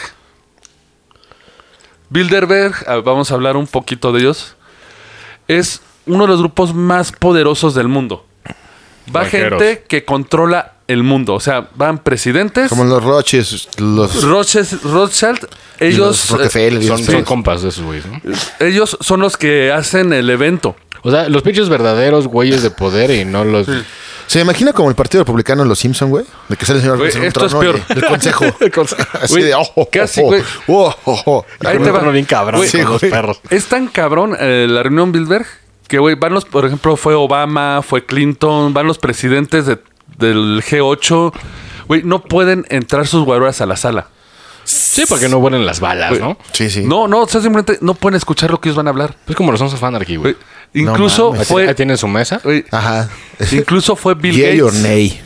B: Bilderberg, ah, vamos a hablar un poquito de ellos. Es uno de los grupos más poderosos del mundo. Va
D: Banqueros.
B: gente que controla el mundo. O sea, van presidentes.
E: Como los Roches, los...
B: Roches- Rothschild,
E: Los
B: ellos,
E: Rockefeller y
D: Son,
E: esos
D: son
E: pedos.
D: compas de esos güeyes, ¿no?
B: eh, ellos son los que hacen el evento.
D: O sea, los pinches verdaderos güeyes de poder y no los...
E: ¿Se imagina como el Partido Republicano en Los Simpson, güey? De que sale el señor
B: Güey,
E: en un
B: esto es
E: trono y-
B: peor.
E: del consejo. Así
B: Güey,
E: de, oh, oh,
B: casi,
E: oh,
B: güey.
E: oh, oh, oh.
B: Ahí te va.
D: Uno bien cabrón
B: Güey,
D: con los
E: güey.
D: perros.
B: Es tan cabrón eh, la reunión Bilderberg que, güey, van los, por ejemplo, fue Obama, fue Clinton, van los presidentes de- del G8. Güey, no pueden entrar sus guaruras a la sala.
D: Sí, porque no vuelen las balas, ¿no?
E: Sí, sí.
B: No, no, o sea, simplemente no pueden escuchar lo que ellos van a hablar.
D: Es Pues como los Sons of Anarchy, güey.
B: Güey, incluso
E: mames.
D: Ahí
B: Pues fue...
D: tiene- ahí tienen su mesa.
B: güey,
E: Ajá.
B: incluso fue Bill
E: Yay or
B: Gates.
E: nay.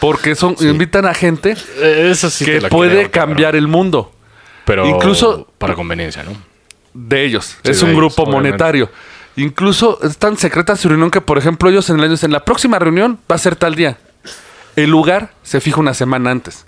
B: Porque son, invitan a gente
D: Eh, Eso sí te
B: que
D: la
B: puede
D: creo, cabrón.
B: cambiar el mundo.
D: Pero
B: incluso-
D: para conveniencia, ¿no?
B: de ellos.
D: Sí,
B: es
D: de
B: un
D: ellos,
B: grupo
D: obviamente.
B: monetario. Incluso es tan secreta su reunión que, por ejemplo, ellos en el año dicen, la próxima reunión va a ser tal día. El lugar se fija una semana antes.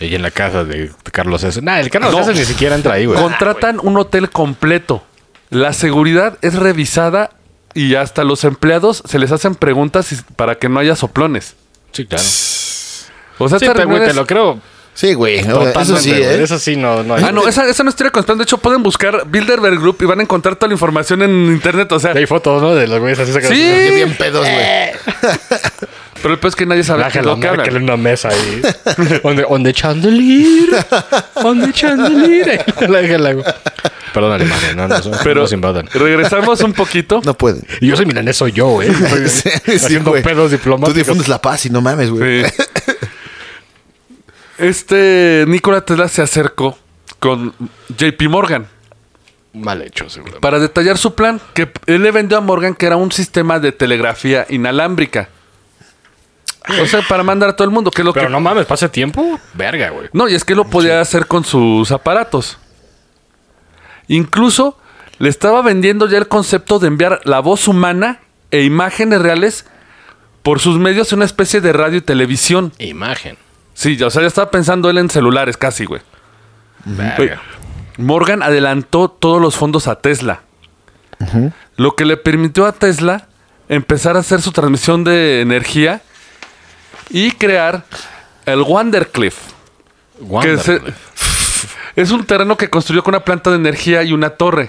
D: Ah, Y en la casa de Carlos S. Nah, el Carlos
B: No.
D: S. ni siquiera entra ahí, güey.
B: Contratan un hotel completo. La seguridad es revisada y hasta los empleados se les hacen preguntas y- para que no haya soplones.
D: Sí, claro. Sí,
B: O sea,
D: te,
B: esta
D: güey,
B: reunión
D: te
B: es- Eh,
D: lo creo.
E: Sí, güey. no, eso
D: totalmente,
E: sí,
D: güey.
E: ¿eh?
D: Eso sí, no, no hay.
B: Ah, no, esa, esa no es teoría conspirando. De hecho, pueden buscar Bilderberg Group y van a encontrar toda la información en internet. O sea,
D: Hay fotos, ¿no? De los güeyes así sacando.
E: Qué
B: sí. Eh.
E: bien pedos, güey.
B: Pero el peor es que nadie sabe qué es
D: Ángela
B: lo que hablan.
D: Merkel en una mesa ahí. on, the, on the chandelier. On the chandelier. La Ángela, güey. Perdón, Alemania. No, no, no,
B: Pero
D: nos invadan.
B: regresamos un poquito.
E: No pueden.
D: Y yo soy milanés, soy yo, güey.
E: Sí,
D: Haciendo
E: güey.
D: pedos
E: Tú
D: diplomáticos.
E: difundes la paz y no mames, güey.
B: Sí. Este Nikola Tesla se acercó con JP Morgan
D: Mal hecho, seguramente.
B: para detallar su plan, que él le vendió a Morgan que era un sistema de telegrafía inalámbrica. O sea, para mandar a todo el mundo, que es lo
D: Pero
B: que...
D: no mames, pase tiempo. Verga, güey.
B: No, y es que lo podía hacer con sus aparatos. Incluso le estaba vendiendo ya el concepto de enviar la voz humana e imágenes reales por sus medios una especie de radio y televisión.
D: Imagen.
B: Sí, ya, o sea, ya estaba pensando él en celulares casi, güey.
D: Verga.
B: Morgan adelantó todos los fondos a Tesla. Lo que le permitió a Tesla empezar a hacer su transmisión de energía y crear el Wandercliff. Que
D: Wonder,
B: se-
D: güey.
B: es un terreno que construyó con una planta de energía y una torre.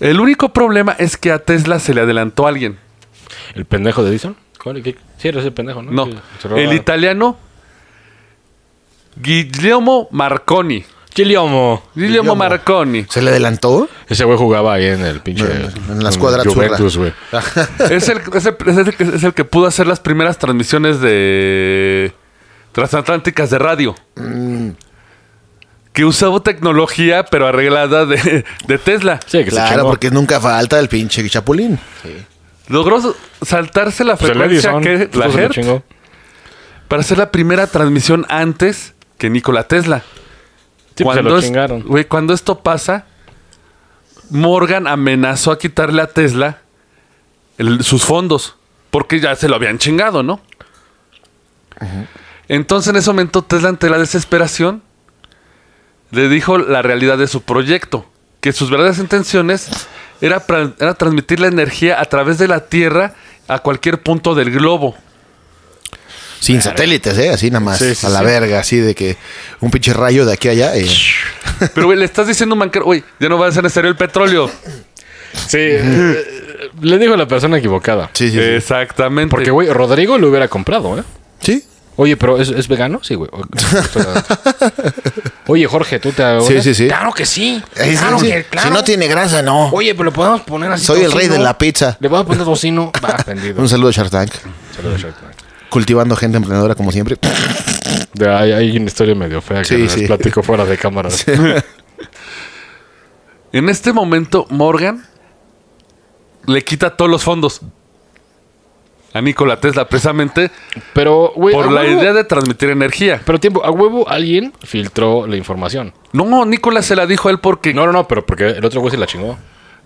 B: El único problema es que a Tesla se le adelantó alguien.
D: ¿El pendejo de Edison? ¿Cuál? ¿Qué? Sí, era ese pendejo, ¿no?
B: No,
D: Que se roba-
B: el italiano Guillermo Marconi.
D: Guillermo.
B: Guillermo
E: Guillermo.
B: Marconi.
E: ¿Se le adelantó?
D: Ese güey jugaba ahí en el pinche.
E: En- en las cuadras Ah,
D: Juventus,
E: zurra.
D: güey.
B: Es el, es, el- es el que- es el que pudo hacer las primeras transmisiones de transatlánticas de radio.
D: Mm.
B: Que usaba tecnología, pero arreglada de, de Tesla.
D: Sí, que se
E: Claro,
D: chingó.
E: porque nunca falta el pinche chapulín.
B: Logró saltarse la
D: Pues el
B: frecuencia
D: Edison,
B: que la
D: pues se lo
B: Hertz
D: chingó.
B: para hacer la primera transmisión antes que Nikola Tesla.
D: Sí, pues se lo
B: Cuando es-
D: chingaron.
B: güey, cuando esto pasa, Morgan amenazó a quitarle a Tesla el- sus fondos. Porque ya se lo habían chingado, ¿no? Entonces, en ese momento, Tesla, ante la desesperación, le dijo la realidad de su proyecto. Que sus verdaderas intenciones era, pra- era transmitir la energía a través de la Tierra a cualquier punto del globo.
E: Sin satélites, ¿eh? Así nada más.
D: Sí, sí,
E: a la
D: sí.
E: verga, así de que un pinche rayo de aquí a allá. eh.
B: Pero, güey, le estás diciendo a un banquero, güey, ya no va a ser necesario el petróleo.
D: Sí, eh, eh, le dijo la persona equivocada.
E: Sí, sí, sí.
B: Exactamente.
D: Porque, güey, Rodrigo lo hubiera comprado, ¿eh?
E: ¿Sí?
D: Oye, pero ¿es, es vegano? Sí, güey. Oye, Jorge, ¿tú te ahogas?
E: Sí, sí, sí.
D: Claro que sí.
E: Eh, sí,
D: Claro
E: sí.
D: que, claro.
E: Si no tiene grasa, no.
D: Oye, pero lo podemos poner así.
E: Soy el rey
D: tocino.
E: de la pizza.
D: Le vamos a poner tocino. Va, vendido.
E: Un saludo a Shark Tank.
D: Saludos, Shark Tank.
E: Cultivando gente emprendedora como siempre.
D: De- Hay, hay una historia medio fea que
E: Sí,
D: les
E: sí.
D: platico fuera de cámara.
B: En este momento, Morgan le quita todos los fondos a Nikola Tesla, precisamente
D: Pero, güey, a
B: por la
D: huevo-
B: idea de transmitir energía.
D: Pero tiempo, a huevo alguien filtró la información.
B: No, Nikola se la dijo a él porque
D: No, no, no, pero porque el otro güey se la chingó.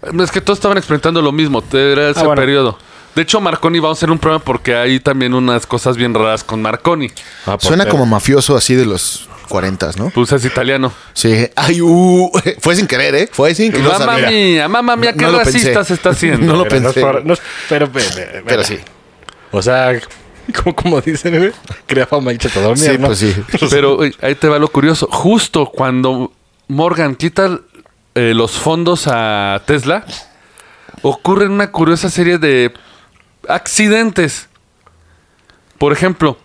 E: Ah,
B: es que todos estaban experimentando lo mismo. Era ese
D: Ah, bueno.
B: periodo. De hecho, Marconi va a hacer un programa porque hay también unas cosas bien raras con Marconi.
D: Ah, por
E: pues, Suena
D: pedo.
E: como mafioso así de los 40, ¿no?
B: Pues es italiano.
E: Sí. Ay, uh. Fue sin querer, ¿eh? Fue sin querer.
B: mamá mía, mamá mía, qué
E: No lo
B: racista
E: pensé.
B: se está haciendo.
E: No lo
D: Pero no es
E: pensé.
D: para- no es- pero, pero, pero-
E: Pero sí.
D: O sea, como, como dicen, eh? güey, crea fama y chetadormia,
E: Sí,
D: ¿no?
E: pues sí.
B: Pero uy, ahí te va lo curioso. Justo cuando Morgan quita eh, los fondos a Tesla, ocurren una curiosa serie de accidentes. Por ejemplo,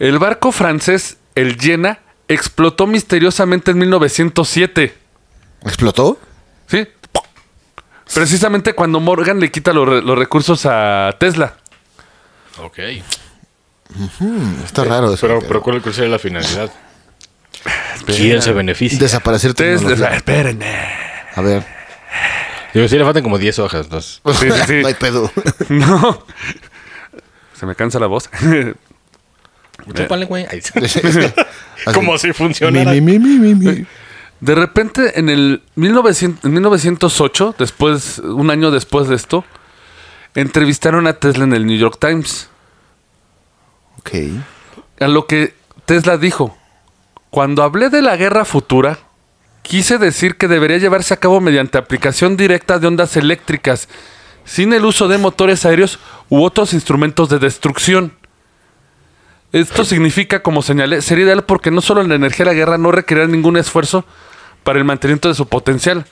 B: el barco francés, el Jena, explotó misteriosamente en 1907.
E: ¿Explotó?
B: ¿Sí? Precisamente cuando Morgan le quita los re- los recursos a Tesla.
D: Ok.
E: Está raro eso.
D: Pero, pero ¿cuál cuál sería la finalidad?
E: Pues,
D: ¿Quién se beneficia?
E: Desaparecer tecnología.
B: Tesla, espérenme.
E: A ver.
D: Digo, sí le faltan como 10 hojas, entonces.
B: Sí, sí, sí.
E: no hay pedo.
B: No. Se me cansa la voz.
D: Chúpale, güey. Ay, sí.
E: Así.
D: como si funcionara.
E: Mi, mi, mi, mi, mi.
B: De repente, en el 1900 en 1908, después, un año después de esto, entrevistaron a Tesla en el New York Times.
E: Ok.
B: A lo que Tesla dijo, cuando hablé de la guerra futura, quise decir que debería llevarse a cabo mediante aplicación directa de ondas eléctricas, sin el uso de motores aéreos u otros instrumentos de destrucción. Esto significa, como señalé, ser ideal porque no solo la energía de la guerra no requerirá ningún esfuerzo para el mantenimiento de su potencial,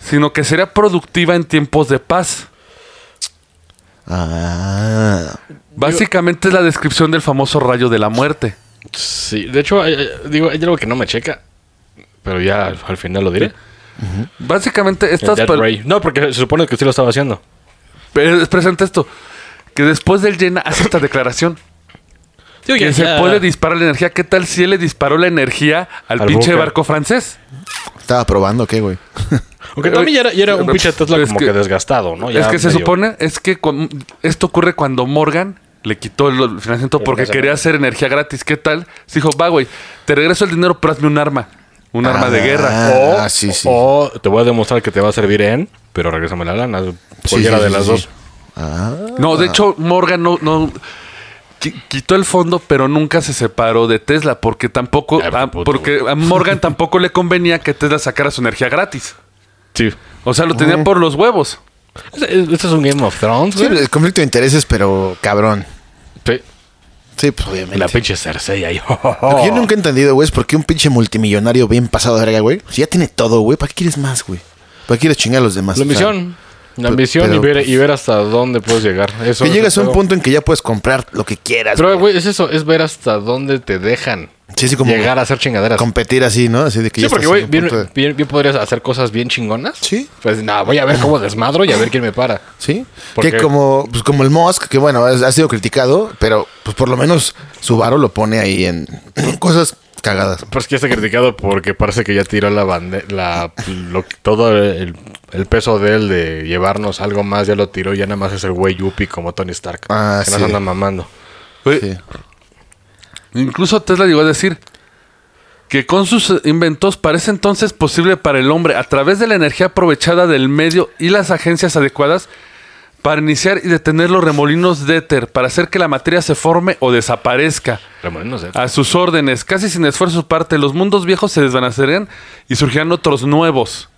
B: sino que será productiva en tiempos de paz.
E: Ah.
B: Básicamente es la descripción del famoso rayo de la muerte.
D: Sí, de hecho, hay- hay- digo, hay algo que no me checa. Pero ya al, al final lo diré.
B: Básicamente
D: El
B: estas...
D: Death
B: pa-
D: Ray. No, porque se supone que sí lo estaba haciendo.
B: Pero es presente esto. Que después del Jena hace esta declaración.
D: Digo,
B: que
D: ya-
B: se
D: ya-
B: puede disparar la energía. ¿Qué tal si él le disparó la energía al,
D: Al
B: pinche
D: búnker.
B: barco francés?
E: Estaba probando, ¿qué, güey?
D: Aunque también ya era, ya era un
B: Pero,
E: pues,
D: pinche Tesla
B: es
D: como
B: que-
D: que, desgastado, ¿no? Ya
B: es que se
D: medio-
B: supone, es que cuan- esto ocurre cuando Morgan le quitó el el financiamiento porque
D: hace
B: quería
D: nada.
B: hacer energía gratis. ¿Qué tal? Se dijo, va, güey, te regreso el dinero, pero hazme un arma. Un arma de guerra.
D: O,
E: Ah, sí, sí.
D: o te voy a demostrar que te va a servir en, pero regrésame la lana. Cualquiera
E: sí,
D: de
E: sí,
D: las
E: sí.
D: dos.
B: No, de hecho, Morgan no, no qui- quitó el fondo, pero nunca se separó de Tesla, porque tampoco,
D: Ya,
B: a-
D: puto,
B: porque a Morgan tampoco le convenía que Tesla sacara su energía gratis.
D: Sí.
B: O sea, lo tenía por los huevos.
D: Esto es un Game of Thrones,
E: Sí,
D: güey.
E: el conflicto de intereses, pero cabrón.
D: Sí.
E: Sí, pues obviamente.
D: La Oh. pinche Cersei ahí.
E: Lo que yo nunca he entendido, güey, es por qué un pinche multimillonario bien pasado de verga, güey. Si ya tiene todo, güey, ¿para qué quieres más, güey? ¿Para qué quieres chingar a los demás?
D: La
E: O sea,
D: ambición. La
E: pe-
D: ambición y,
E: pero,
D: ver,
E: pues,
D: y ver hasta dónde puedes llegar. Eso
E: que
D: es
E: llegas a
D: el
E: un
D: pedo.
E: punto en que ya puedes comprar lo que quieras.
D: Pero, güey, es eso, es ver hasta dónde te dejan
E: Sí, sí, como
D: llegar a hacer chingaderas.
E: competir así, ¿no? Así de que
D: Sí,
E: ya
D: porque,
E: estás
D: güey,
E: en un
D: bien,
E: punto de-
D: bien- bien podrías hacer cosas bien chingonas.
E: Sí.
D: Pues nada, voy a ver cómo desmadro y a ver quién me para.
E: Sí,
D: ¿Por
E: que
D: qué?
E: como, pues, como el Musk, que bueno, es- ha sido criticado, pero pues por lo menos su varo lo pone ahí en cosas cagadas.
D: Pero es Pues que ya está criticado porque parece que ya tiró la bande- la, lo- todo el, el peso de él de llevarnos algo más, ya lo tiró, ya nada más es el güey yuppie como Tony Stark.
E: Ah,
D: que nos
E: sí.
D: anda mamando.
B: Güey,
E: Sí.
B: Incluso Tesla llegó a decir que con sus inventos parece entonces posible para el hombre, a través de la energía aprovechada del medio y las agencias adecuadas, para iniciar y detener los remolinos de éter, para hacer que la materia se forme o desaparezca.
D: Ramón, no sé.
E: Ah,
B: A sus órdenes, casi sin esfuerzo de su parte, los mundos viejos se desvanecerían y surgirán otros nuevos.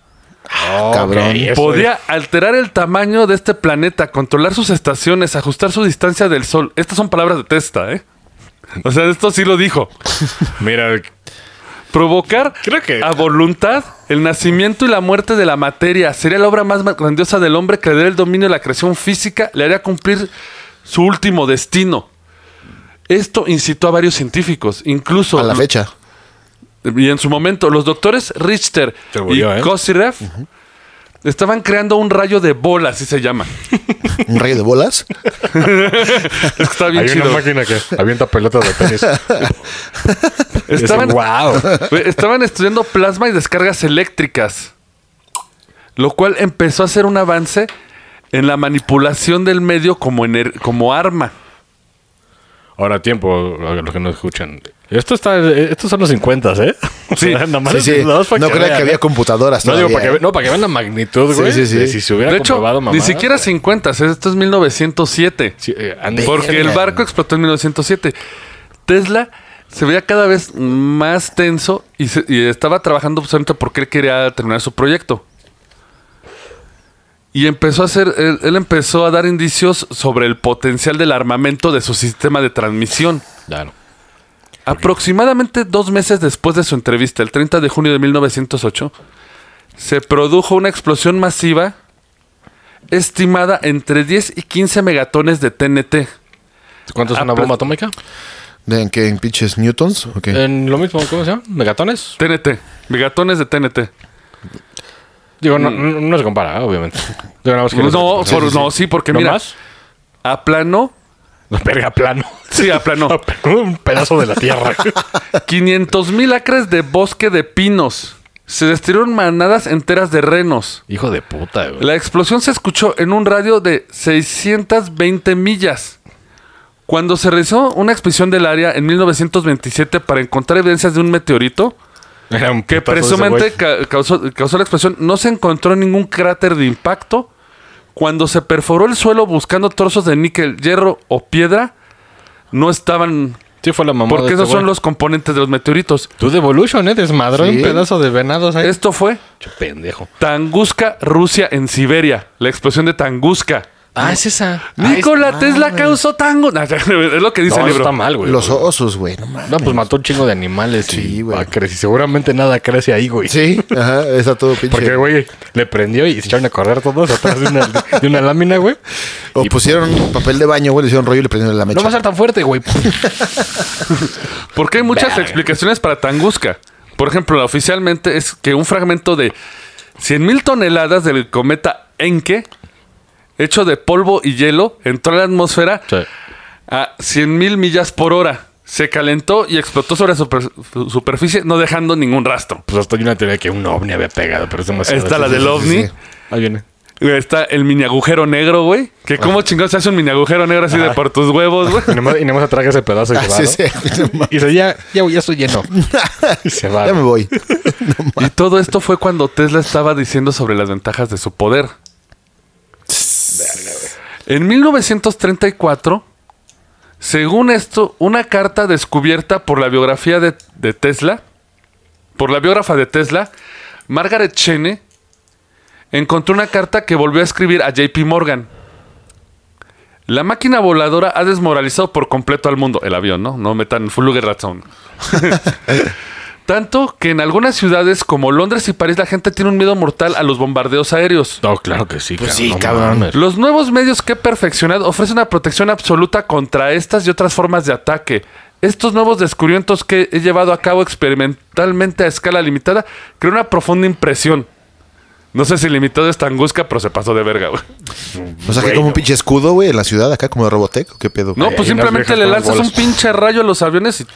E: cabrón.
D: ok, eso
B: Podía alterar el tamaño de este planeta, controlar sus estaciones, ajustar su distancia del Sol. Estas son palabras de testa, ¿eh? O sea, esto sí lo dijo.
D: es- Mira,
B: Provocar
D: Creo que-
B: a voluntad el nacimiento y la muerte de la materia sería la obra más ma- grandiosa del hombre que le daría el dominio de la creación física, le haría cumplir su último destino. Esto incitó a varios científicos, incluso
E: A la fecha.
B: y en su momento los doctores Richter
D: Se murió,
B: y
D: ¿eh?
B: Kossirev estaban creando un rayo de bola, así se llama.
E: Un rayo de bolas.
B: Es que está bien
D: hay
B: chido.
D: una máquina que avienta pelotas de tenis.
B: Estaban-
D: wow.
B: Güey, Estaban estudiando plasma y descargas eléctricas. Lo cual empezó a ser un avance en la manipulación del medio como, ener- como arma.
D: Ahora tiempo, a los que no escuchan. Esto está, estos son los 50, ¿eh? O
B: Sí,
D: sea, nada más
E: Sí, sí.
D: los dos para
E: No creo
D: vean,
E: que
D: ¿eh?
E: había computadoras.
D: No, digo,
E: todavía,
D: para que, ve-
E: ¿eh?
D: no, para que vean la magnitud,
E: Sí,
D: güey.
E: sí, sí.
D: de Si se hubiera
B: De hecho,
D: comprobado,
B: ni
D: mamadas,
B: siquiera
D: pues,
B: 50, esto es 1907.
D: sí, eh, ande-
B: Porque el
E: Verga.
B: barco explotó en 1907. Tesla se veía cada vez más tenso y, se- y estaba trabajando precisamente porque él quería terminar su proyecto. Y empezó a hacer, él, él empezó a dar indicios sobre el potencial del armamento de su sistema de transmisión.
D: Claro.
B: Aproximadamente dos meses después de su entrevista, el 30 de junio de 1908, se produjo una explosión masiva estimada entre 10 y 15 megatones de TNT.
D: ¿Cuánto es
B: Ah,
D: una
B: pues-
D: bomba atómica?
E: ¿De en qué? ¿En pinches newtons? ¿O qué?
D: En lo mismo, ¿cómo se llama? ¿Megatones?
B: TNT, megatones de TNT.
D: Digo, no, no- no se compara, ¿eh? obviamente. Digo, nada más que
B: Mm. No,
D: los-
B: por- no, sí, porque
D: ¿No
B: mira,
D: más?
B: aplanó,
D: Verga plano.
B: sí, aplanó
D: Un pedazo de la tierra.
B: 500 mil acres de bosque de pinos. Se destruyeron manadas enteras de renos.
D: Hijo de puta, güey.
B: La explosión se escuchó en un radio de 620 millas. Cuando se realizó una expedición del área en 1927 para encontrar evidencias de un meteorito
D: Era un
B: que
D: putazo de ese
B: presumente
D: güey.
B: ca- causó, causó la explosión, no se encontró ningún cráter de impacto. Cuando se perforó el suelo buscando trozos de níquel, hierro o piedra, no estaban...
D: Sí, fue la este mamá.
B: Porque esos son los componentes de los meteoritos.
D: Tu devolution, ¿eh? Desmadró
E: Sí.
D: un pedazo de venados ahí.
B: Esto fue
D: Che, pendejo.
B: Tunguska, Rusia, en Siberia. La explosión de Tunguska.
D: Ah, es esa.
B: Nikola Tesla causó tango. No, es lo que dice
D: No,
B: el
D: eso
B: libro.
D: está mal, güey.
E: Los osos, güey. No mames.
D: No, pues mató un chingo de animales.
E: Sí,
D: y
E: güey.
D: va a crecer. Seguramente nada crece ahí, güey.
E: Sí, ajá, está todo pinche.
D: Porque, güey, le prendió y se echaron a correr todos atrás de una, de una lámina, güey.
E: o pusieron papel de baño, güey, le hicieron rollo y le prendieron la mecha.
D: pues, No va a ser tan fuerte, güey.
B: Porque hay muchas
D: Verga.
B: explicaciones para Tunguska. Por ejemplo, la oficialmente es que un fragmento de 100.000 toneladas del cometa Encke, hecho de polvo y hielo, entró a la atmósfera a 100.000 millas por hora. Se calentó y explotó sobre la super- superficie, no dejando ningún rastro.
D: Pues hasta hay una teoría que un ovni había pegado, pero es demasiado.
B: Está la
D: Sí,
B: del
D: sí, sí, sí,
B: ovni.
D: sí. Ahí viene.
B: Está el mini agujero negro, güey.
D: Ah.
B: Que cómo chingados se hace un mini agujero negro así de por tus huevos, güey.
D: Y nomás, y nomás atraga ese pedazo y
E: Ah,
D: se va,
E: sí,
D: ¿no?
E: sí. No mames.
D: Y dice, ya, ya, güey, ya estoy lleno. y se va.
E: Ya me
D: güey.
E: voy.
B: Y todo esto fue cuando Tesla estaba diciendo sobre las ventajas de su poder. En 1934, según esto, una carta descubierta por la biografía de, de Tesla, por la biógrafa de Tesla, Margaret Cheney, encontró una carta que volvió a escribir a JP Morgan. La máquina voladora ha desmoralizado por completo al mundo. El avión, ¿no? No metan Flugerrazón. Tanto que en algunas ciudades como Londres y París la gente tiene un miedo mortal a los bombardeos aéreos.
D: No, claro que sí.
E: Pues sí, cabrón.
D: mames.
B: Los nuevos medios que he perfeccionado ofrecen una protección absoluta contra estas y otras formas de ataque. Estos nuevos descubrimientos que he llevado a cabo experimentalmente a escala limitada crean una profunda impresión. No sé si limitado es tangusca, pero se pasó de verga, güey.
E: O sea, que como un pinche escudo, güey, en la ciudad acá, como de Robotech, ¿o qué pedo?
B: No,
E: güey?
B: pues
D: ahí las
B: simplemente
D: viejas
B: le
D: con
B: lanzas
D: bolas.
B: un pinche rayo a los aviones y...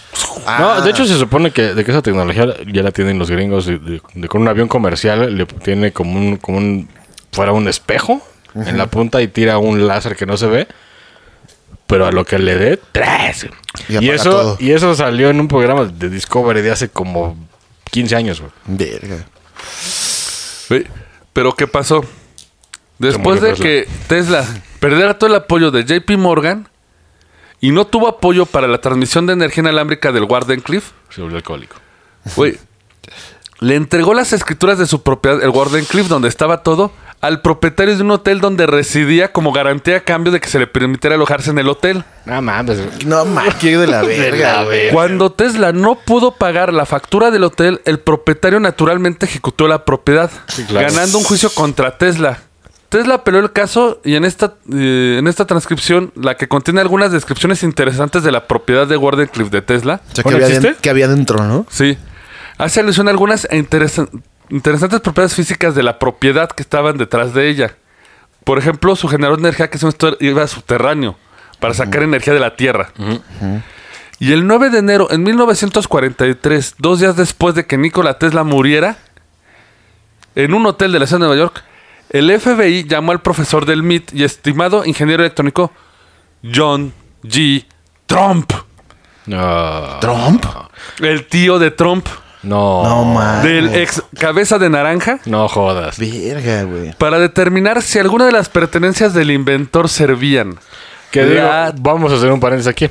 E: Ah.
D: No, de hecho se supone que, de que esa tecnología ya la tienen los gringos. De, de- de con un avión comercial le tiene como un, como un fuera un espejo en la punta y tira un láser que no se ve. Pero a lo que le dé, tres.
E: Y
D: Y,
E: apaga
D: eso,
E: todo.
D: y eso salió en un programa de Discovery de hace como 15 años, güey.
E: Verga.
B: Güey, Pero ¿qué pasó? Después de
D: murió Tesla.
B: que Tesla perdiera todo el apoyo de JP Morgan y no tuvo apoyo para la transmisión de energía inalámbrica del Wardenclyffe,
D: Se volvió alcohólico.
B: Güey, le entregó las escrituras de su propiedad, el Wardenclyffe, donde estaba todo, al propietario de un hotel donde residía como garantía a cambio de que se le permitiera alojarse en el hotel.
D: No mames.
E: No, mames, qué de la verga, güey.
B: Cuando Tesla no pudo pagar la factura del hotel, el propietario naturalmente ejecutó la propiedad,
D: Sí, claro.
B: ganando un juicio contra Tesla. Tesla peleó el caso y en esta, eh, en esta transcripción, la que contiene algunas descripciones interesantes de la propiedad de Wardenclyffe de Tesla,
E: O sea, que
D: ¿Bueno,
E: había,
D: existe?
E: den- que había dentro, ¿no?
B: Sí. Hace alusión a algunas interesan- interesantes propiedades físicas de la propiedad que estaban detrás de ella. Por ejemplo, su generador de energía, que es un esto- iba subterráneo, para sacar energía de la Tierra. Y el 9 de enero, en 1943, dos días después de que Nikola Tesla muriera, en un hotel de la ciudad de Nueva York, el FBI llamó al profesor del MIT y estimado ingeniero electrónico John G. Trump,
D: No.
E: Trump.
B: el tío de Trump.
D: No.
E: No mames.
B: del
D: Ah.
B: ex cabeza de naranja
D: No jodas.
E: Verga, güey.
B: para determinar si alguna de las pertenencias del inventor servían.
D: Que digo,
B: La-
D: vamos a hacer un paréntesis aquí.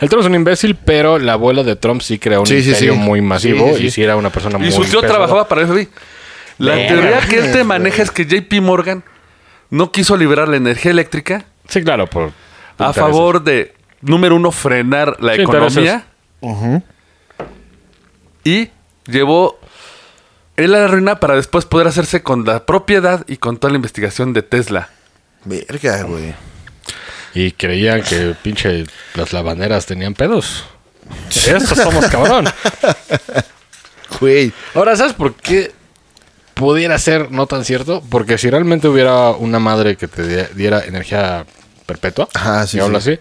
D: El Trump es un imbécil, pero la abuela de Trump sí creó un
E: Sí, sí,
D: imperio
E: sí.
D: muy masivo
E: Sí, sí, sí.
D: y sí era una persona muy
B: Y su tío
D: pesada.
B: trabajaba para el FBI. La
D: Verga.
B: teoría que él te maneja es que JP Morgan no quiso liberar la energía eléctrica
D: Sí, claro, por...
B: a favor de, número uno, frenar la
D: Sí, intereses.
B: economía. Y llevó él a la ruina para después poder hacerse con la propiedad y con toda la investigación de Tesla.
E: Verga, güey.
D: Y creían que pinche las lavanderas tenían pedos. Estos somos cabrón.
E: Güey.
D: Ahora, ¿sabes por qué pudiera ser no tan cierto? Porque si realmente hubiera una madre que te di- diera energía perpetua,
E: Ajá, sí,
D: y habla
E: sí.
D: así,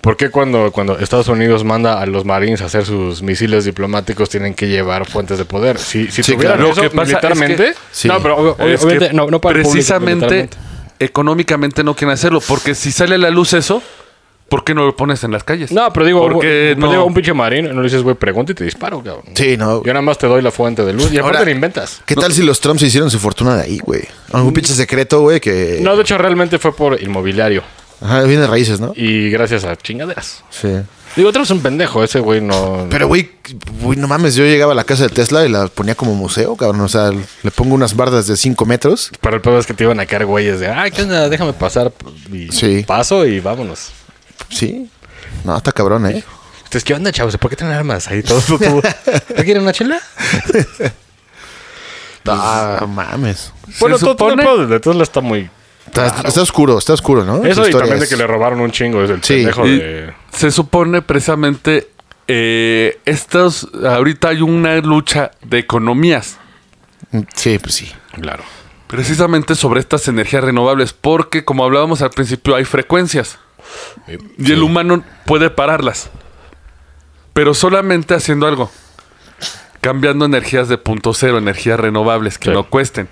D: ¿por qué cuando, cuando Estados Unidos manda a los marines a hacer sus misiles diplomáticos tienen que llevar fuentes de poder? Si, si
E: Sí,
D: tuvieran
E: claro.
D: eso
B: Lo que pasa es
D: militarmente...
B: que-
E: Sí.
D: No, pero obvio-
B: Es que
D: obviamente no, no para el público,
B: precisamente
D: militarmente.
B: económicamente no quieren hacerlo porque si sale a la luz eso ¿por qué no lo pones en las calles?
D: No, pero digo,
B: porque
D: pero
B: no
D: digo, un pinche marín, no le dices, güey, pregunta y te disparo, cabrón.
E: Sí, no.
D: Yo nada más te doy la fuente de luz y aparte
E: Ahora-
D: la inventas.
E: ¿Qué tal si los Trump se hicieron su fortuna de ahí, güey? Algún pinche secreto, güey, que...
D: No, de hecho, realmente fue por inmobiliario
E: Ajá, viene de raíces, ¿no?
D: y gracias a chingaderas.
E: Sí.
D: Digo, otro es un pendejo, ese güey no.
E: Pero, güey, güey, no mames, yo llegaba a la casa de Tesla y la ponía como museo, cabrón. O sea, le pongo unas bardas de 5 metros.
D: Pero el pedo es que te iban a caer güeyes de, ay, ¿qué onda? Déjame pasar. Y
E: Sí.
D: paso y vámonos.
E: Sí. No, está cabrón, ¿eh?
D: Entonces, ¿qué onda, chavos? ¿Por qué tienen armas ahí? Todo todo- todo. ¿Te quieren una chela? Pues-
E: Ah, mames.
D: Bueno,
B: Se
D: todo, todo el
B: supone-
D: pedo de Tesla está muy.
E: Está, está oscuro, está oscuro, ¿no? Su
D: Eso y
E: historia
D: también de
E: es-
D: que le robaron un chingo. Es el
E: Sí.
D: pendejo
B: Y
D: de.
B: se supone precisamente eh, estos ahorita hay una lucha de economías
E: Sí, pues sí.
D: Claro.
B: precisamente sobre estas energías renovables porque como hablábamos al principio hay frecuencias y el humano puede pararlas pero solamente haciendo algo cambiando energías de punto cero energías renovables que
D: Sí.
B: no cuesten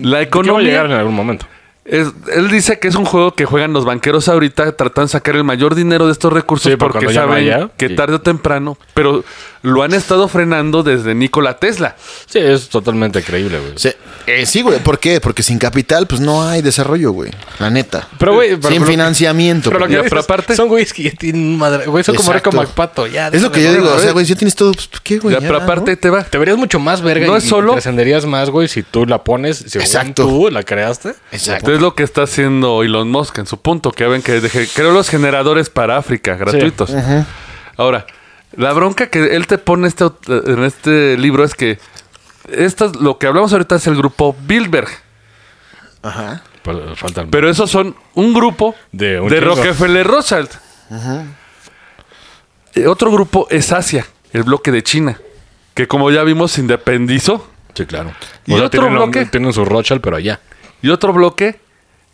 B: la
D: ¿Qué va a llegar en
B: economía
D: algún momento?
B: es- él dice que es un juego que juegan los banqueros ahorita tratando de sacar el mayor dinero de estos recursos
D: Sí, pero
B: porque
D: cuando ya no
B: saben
D: haya,
B: que
D: sí.
B: tarde o temprano pero lo han estado frenando desde Nikola Tesla.
D: Sí, es totalmente creíble, güey.
C: Sí, eh, sí, güey. ¿Por qué? Porque sin capital, pues no hay desarrollo, güey. La neta.
D: Pero, güey, pero-
C: sin
D: pero-
C: financiamiento.
D: Pero lo
C: güey.
D: que
B: Ya, pero
D: dices,
B: aparte-
D: son güeyes que ya tienen madre. Güey, son como Rico
C: Exacto.
D: McPato. Ya,
C: es lo que yo
D: déjame,
C: digo.
D: güey.
C: O sea, güey, si ya tienes todo, pues, ¿qué, güey?
B: Ya, pero
C: ¿no?
B: aparte te va.
D: Te verías mucho más verga
B: No
D: y-
B: es
D: y
B: solo-
D: te trascenderías más, güey, si tú la pones, según
C: Exacto.
D: tú la creaste.
C: Exacto.
B: Es lo que está haciendo Elon Musk en su punto, que ya ven que deje- creó los generadores para África, gratuitos. Ahora, la bronca que él te pone este, aut- en este libro es que esto es- lo que hablamos ahorita es el grupo Bilderberg,
C: Ajá.
D: Fal- pues, Falta el-
B: pero esos son un grupo
D: De
B: de,
D: un chingo.
B: Rockefeller Rothschild. Eh, Otro grupo es Asia, el bloque de China, que como ya vimos se independizó.
D: Sí, claro.
B: ¿Y otro
D: tienen,
B: bloque?
D: tienen su Rochal, pero allá.
B: Y otro bloque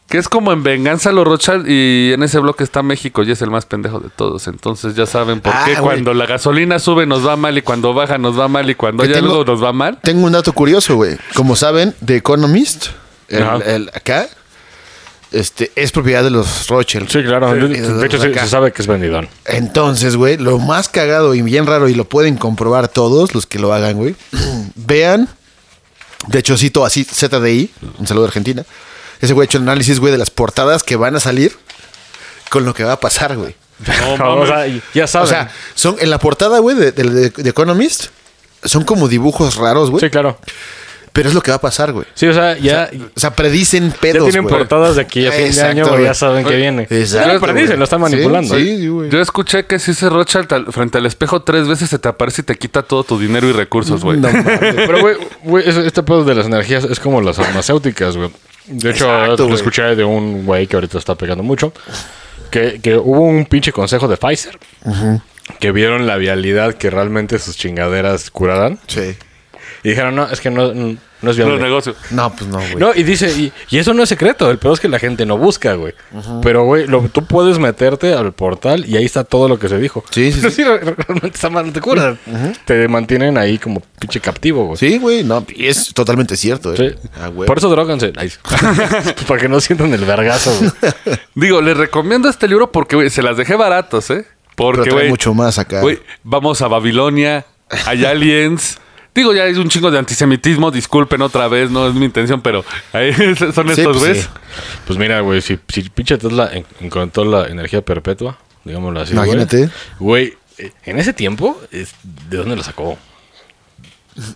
B: que es como en venganza a los Rothschild y en ese bloque está México y es el más pendejo de todos. Entonces ya saben por
C: Ah,
B: qué
C: güey.
B: cuando la gasolina sube nos va mal y cuando baja nos va mal y cuando
C: Que
B: hay
C: tengo-
B: algo nos va mal.
C: Tengo un dato curioso, güey. Como saben, The Economist, el,
B: Ajá.
C: el acá, este, es propiedad de los Rothschild.
D: Sí, claro.
C: Y
D: De,
C: los
D: hecho, sí,
C: acá.
D: se sabe que es vendidón.
C: Entonces, güey, lo más cagado y bien raro, y lo pueden comprobar todos los que lo hagan, güey. Vean, de hecho, cito así ZDI, un saludo de Argentina. Ese güey ha hecho el análisis, güey, de las portadas que van a salir con lo que va a pasar, güey.
D: o sea, ya
C: O
D: saben.
C: sea, son en la portada, güey, de, de- de Economist, son como dibujos raros, güey.
D: sí, claro.
C: Pero es lo que va a pasar, güey.
D: Sí, o sea, ya, ya
C: O sea, predicen pedos,
D: tienen
C: güey.
D: portadas de aquí a fin de
C: Exacto,
D: año, güey,
C: güey.
D: ya saben que viene.
C: Exacto,
D: ya lo perdí,
C: güey.
D: se lo están manipulando. ¿eh?
C: Sí, sí, güey.
B: Yo escuché que si ese Rothschild al- frente al espejo tres veces se te aparece y te quita todo tu dinero y recursos, güey.
C: Mm, No mames.
D: Este, Pero, güey, güey, eso- este pedo de las energías es como las farmacéuticas, güey. De hecho,
C: Exacto,
D: lo
C: güey.
D: escuché de un güey que ahorita está pegando mucho, que, que hubo un pinche consejo de Pfizer, que vieron la vialidad que realmente sus chingaderas curaran,
C: Sí.
D: y dijeron, no, es que no, no es
B: Los
D: viable.
B: negocios.
C: No, pues no, güey.
D: No, y dice, y, y eso no es secreto, el pedo es que la gente no busca, güey. Pero, güey, lo- tú puedes meterte al portal y ahí está todo lo que se dijo.
C: Sí, sí,
D: Pero
C: sí.
D: sí, re- realmente esa madre no te cura. Te mantienen ahí como pinche captivo, güey.
C: Sí, güey, no, y es totalmente cierto,
D: Sí.
C: eh. Ah, güey.
D: Por eso droganse. Ay, para que no sientan el vergazo, güey.
B: Digo, les recomiendo este libro porque, güey, se las dejé baratos, ¿eh?
C: Pero
B: Porque,
C: trae
B: güey,
C: mucho más acá.
B: Güey, vamos a Babilonia, hay aliens. Digo, ya hay un chingo de antisemitismo, disculpen otra vez, no es mi intención, pero ahí son
C: Sí,
B: estos,
C: pues,
B: güey.
C: sí.
D: Pues mira, güey, si, si pinche Tesla en- encontró la energía perpetua, digámoslo así. güey.
C: Imagínate.
D: Güey, eh, en ese tiempo, es- ¿de dónde lo sacó?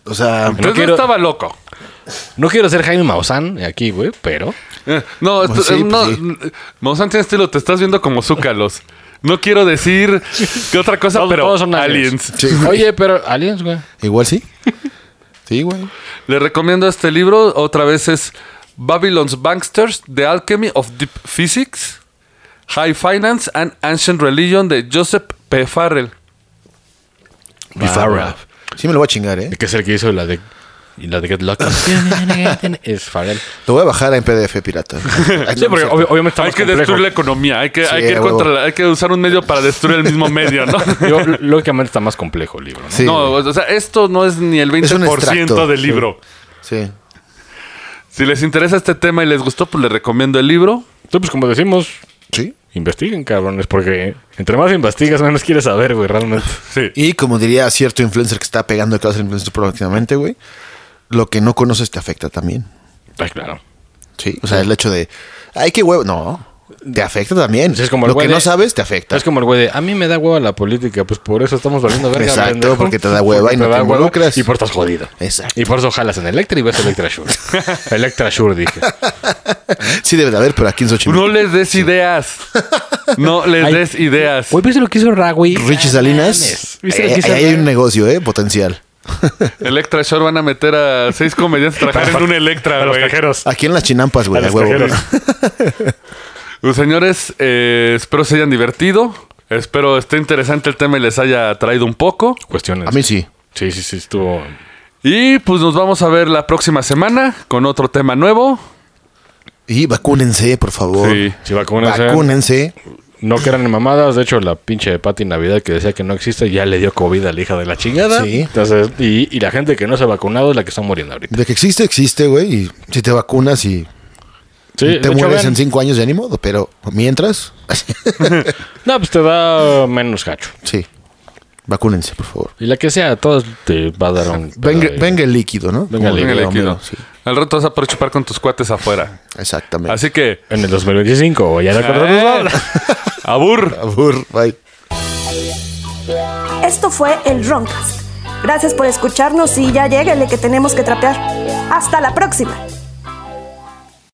C: O sea,
B: Entonces no
D: quiero-
B: estaba loco.
D: No quiero ser Jaime Maussan aquí, güey, pero.
B: Eh, No, esto,
C: Pues sí,
B: eh, no,
C: pues sí.
B: n- Maussan tiene estilo, te estás viendo como zúcalos. No quiero decir que otra cosa,
D: Todos-
B: pero
D: todos son aliens.
B: aliens.
C: Sí, güey.
D: Oye, pero aliens, güey.
C: igual sí. Sí, güey.
B: Les recomiendo este libro. Otra vez es Babylon's Banksters, The Alchemy of Deep Physics, High Finance and Ancient Religion de Joseph P. Farrell.
D: Bifarra.
C: Sí me lo voy a chingar, eh.
D: Que es el que hizo la de. Y la de Get Lucky. es Farrell.
C: Lo voy a bajar en PDF pirata.
D: Sí, porque obvi- obviamente está
B: Hay
D: más
B: que
D: complejo.
B: destruir la economía, hay que, hay,
C: Sí,
B: que
C: a huevo.
B: controlar- hay que usar un medio para destruir el mismo medio, ¿no?
D: Digo, l- Lógicamente está más complejo el libro, ¿no?
C: Sí,
B: no,
C: güey.
B: o sea, esto no es ni el 20%
C: Es un extracto,
B: del
C: sí.
B: libro.
C: sí.
B: Si les interesa este tema y les gustó, pues les recomiendo el libro.
D: Entonces, pues como decimos,
C: Sí.
D: investiguen, cabrones, porque entre más investigas, menos quieres saber, güey, realmente.
B: Sí.
C: Y como diría cierto influencer que está pegando de clase de influencer próximamente, güey, lo que no conoces te afecta también.
D: Ay, claro.
C: Sí. O sea, el hecho de, ay, qué huevo. No, te afecta también.
D: Sí, es como el
C: lo
D: güey
C: que no
D: de-
C: sabes te afecta.
D: Es como el güey de, a mí me da hueva la política, pues por eso estamos valiendo verga.
C: Exacto,
D: pendejo.
C: porque te da hueva y no
D: da
C: te
D: hueva
C: involucras.
D: Y por eso estás jodido.
C: Exacto.
D: Y por eso jalas en Electra y ves Electra Shure. Electra Shure, dije.
C: Sí debe de haber, pero aquí en Xochimilco.
B: No les des ideas. No les
D: Ay.
B: des ideas.
D: Güey, ¿viste lo que hizo Ragui?
C: Richie Salinas.
D: ¿Viste lo
C: eh,
D: que hizo
C: ahí hay
D: Ra-
C: un negocio, eh, potencial.
B: Electra Shore van a meter a seis comediantes a trabajar en un Electra,
D: A los
B: güey.
D: cajeros.
C: Aquí en las chinampas,
D: A
C: güey, a
D: los
C: Ah, huevo.
D: cajeros.
B: Pues, señores, eh, espero se hayan divertido. Espero esté interesante el tema y les haya traído un poco.
D: Cuestiones.
C: A mí sí.
D: Sí, sí, sí, estuvo.
B: Y pues nos vamos a ver la próxima semana con otro tema nuevo.
C: Y vacúnense, por favor.
B: Sí.
D: Sí, vacúnense.
C: Vacúnense.
D: No crean en mamadas. De hecho, la pinche Pati Navidad que decía que no existe ya le dio COVID a la hija de la chingada.
C: Sí.
D: Entonces, y, y la gente que no se ha vacunado es la que está muriendo ahorita.
C: De que existe, existe, güey. Y si te vacunas y
D: Sí, de
C: te
D: hecho,
C: mueres
D: vean-
C: en cinco años, ya ni modo. Pero mientras,
D: No, pues te da menos gacho.
C: sí. Vacúnense, por favor.
D: Y la que sea, todos te va a dar un.
C: Venga,
D: pedo de-
C: venga el líquido, ¿no?
D: Venga
C: Como
D: el
B: Venga,
C: diría
B: líquido.
C: Homero, sí.
B: Al rato vas a poder chupar con tus cuates afuera.
C: Exactamente.
B: Así que.
D: En el 2025, o ya no acordamos.
B: eh, Abur.
C: Abur, bye.
A: Esto fue el Roncast. Gracias por escucharnos y ya lléguele que tenemos que trapear. ¡Hasta la próxima!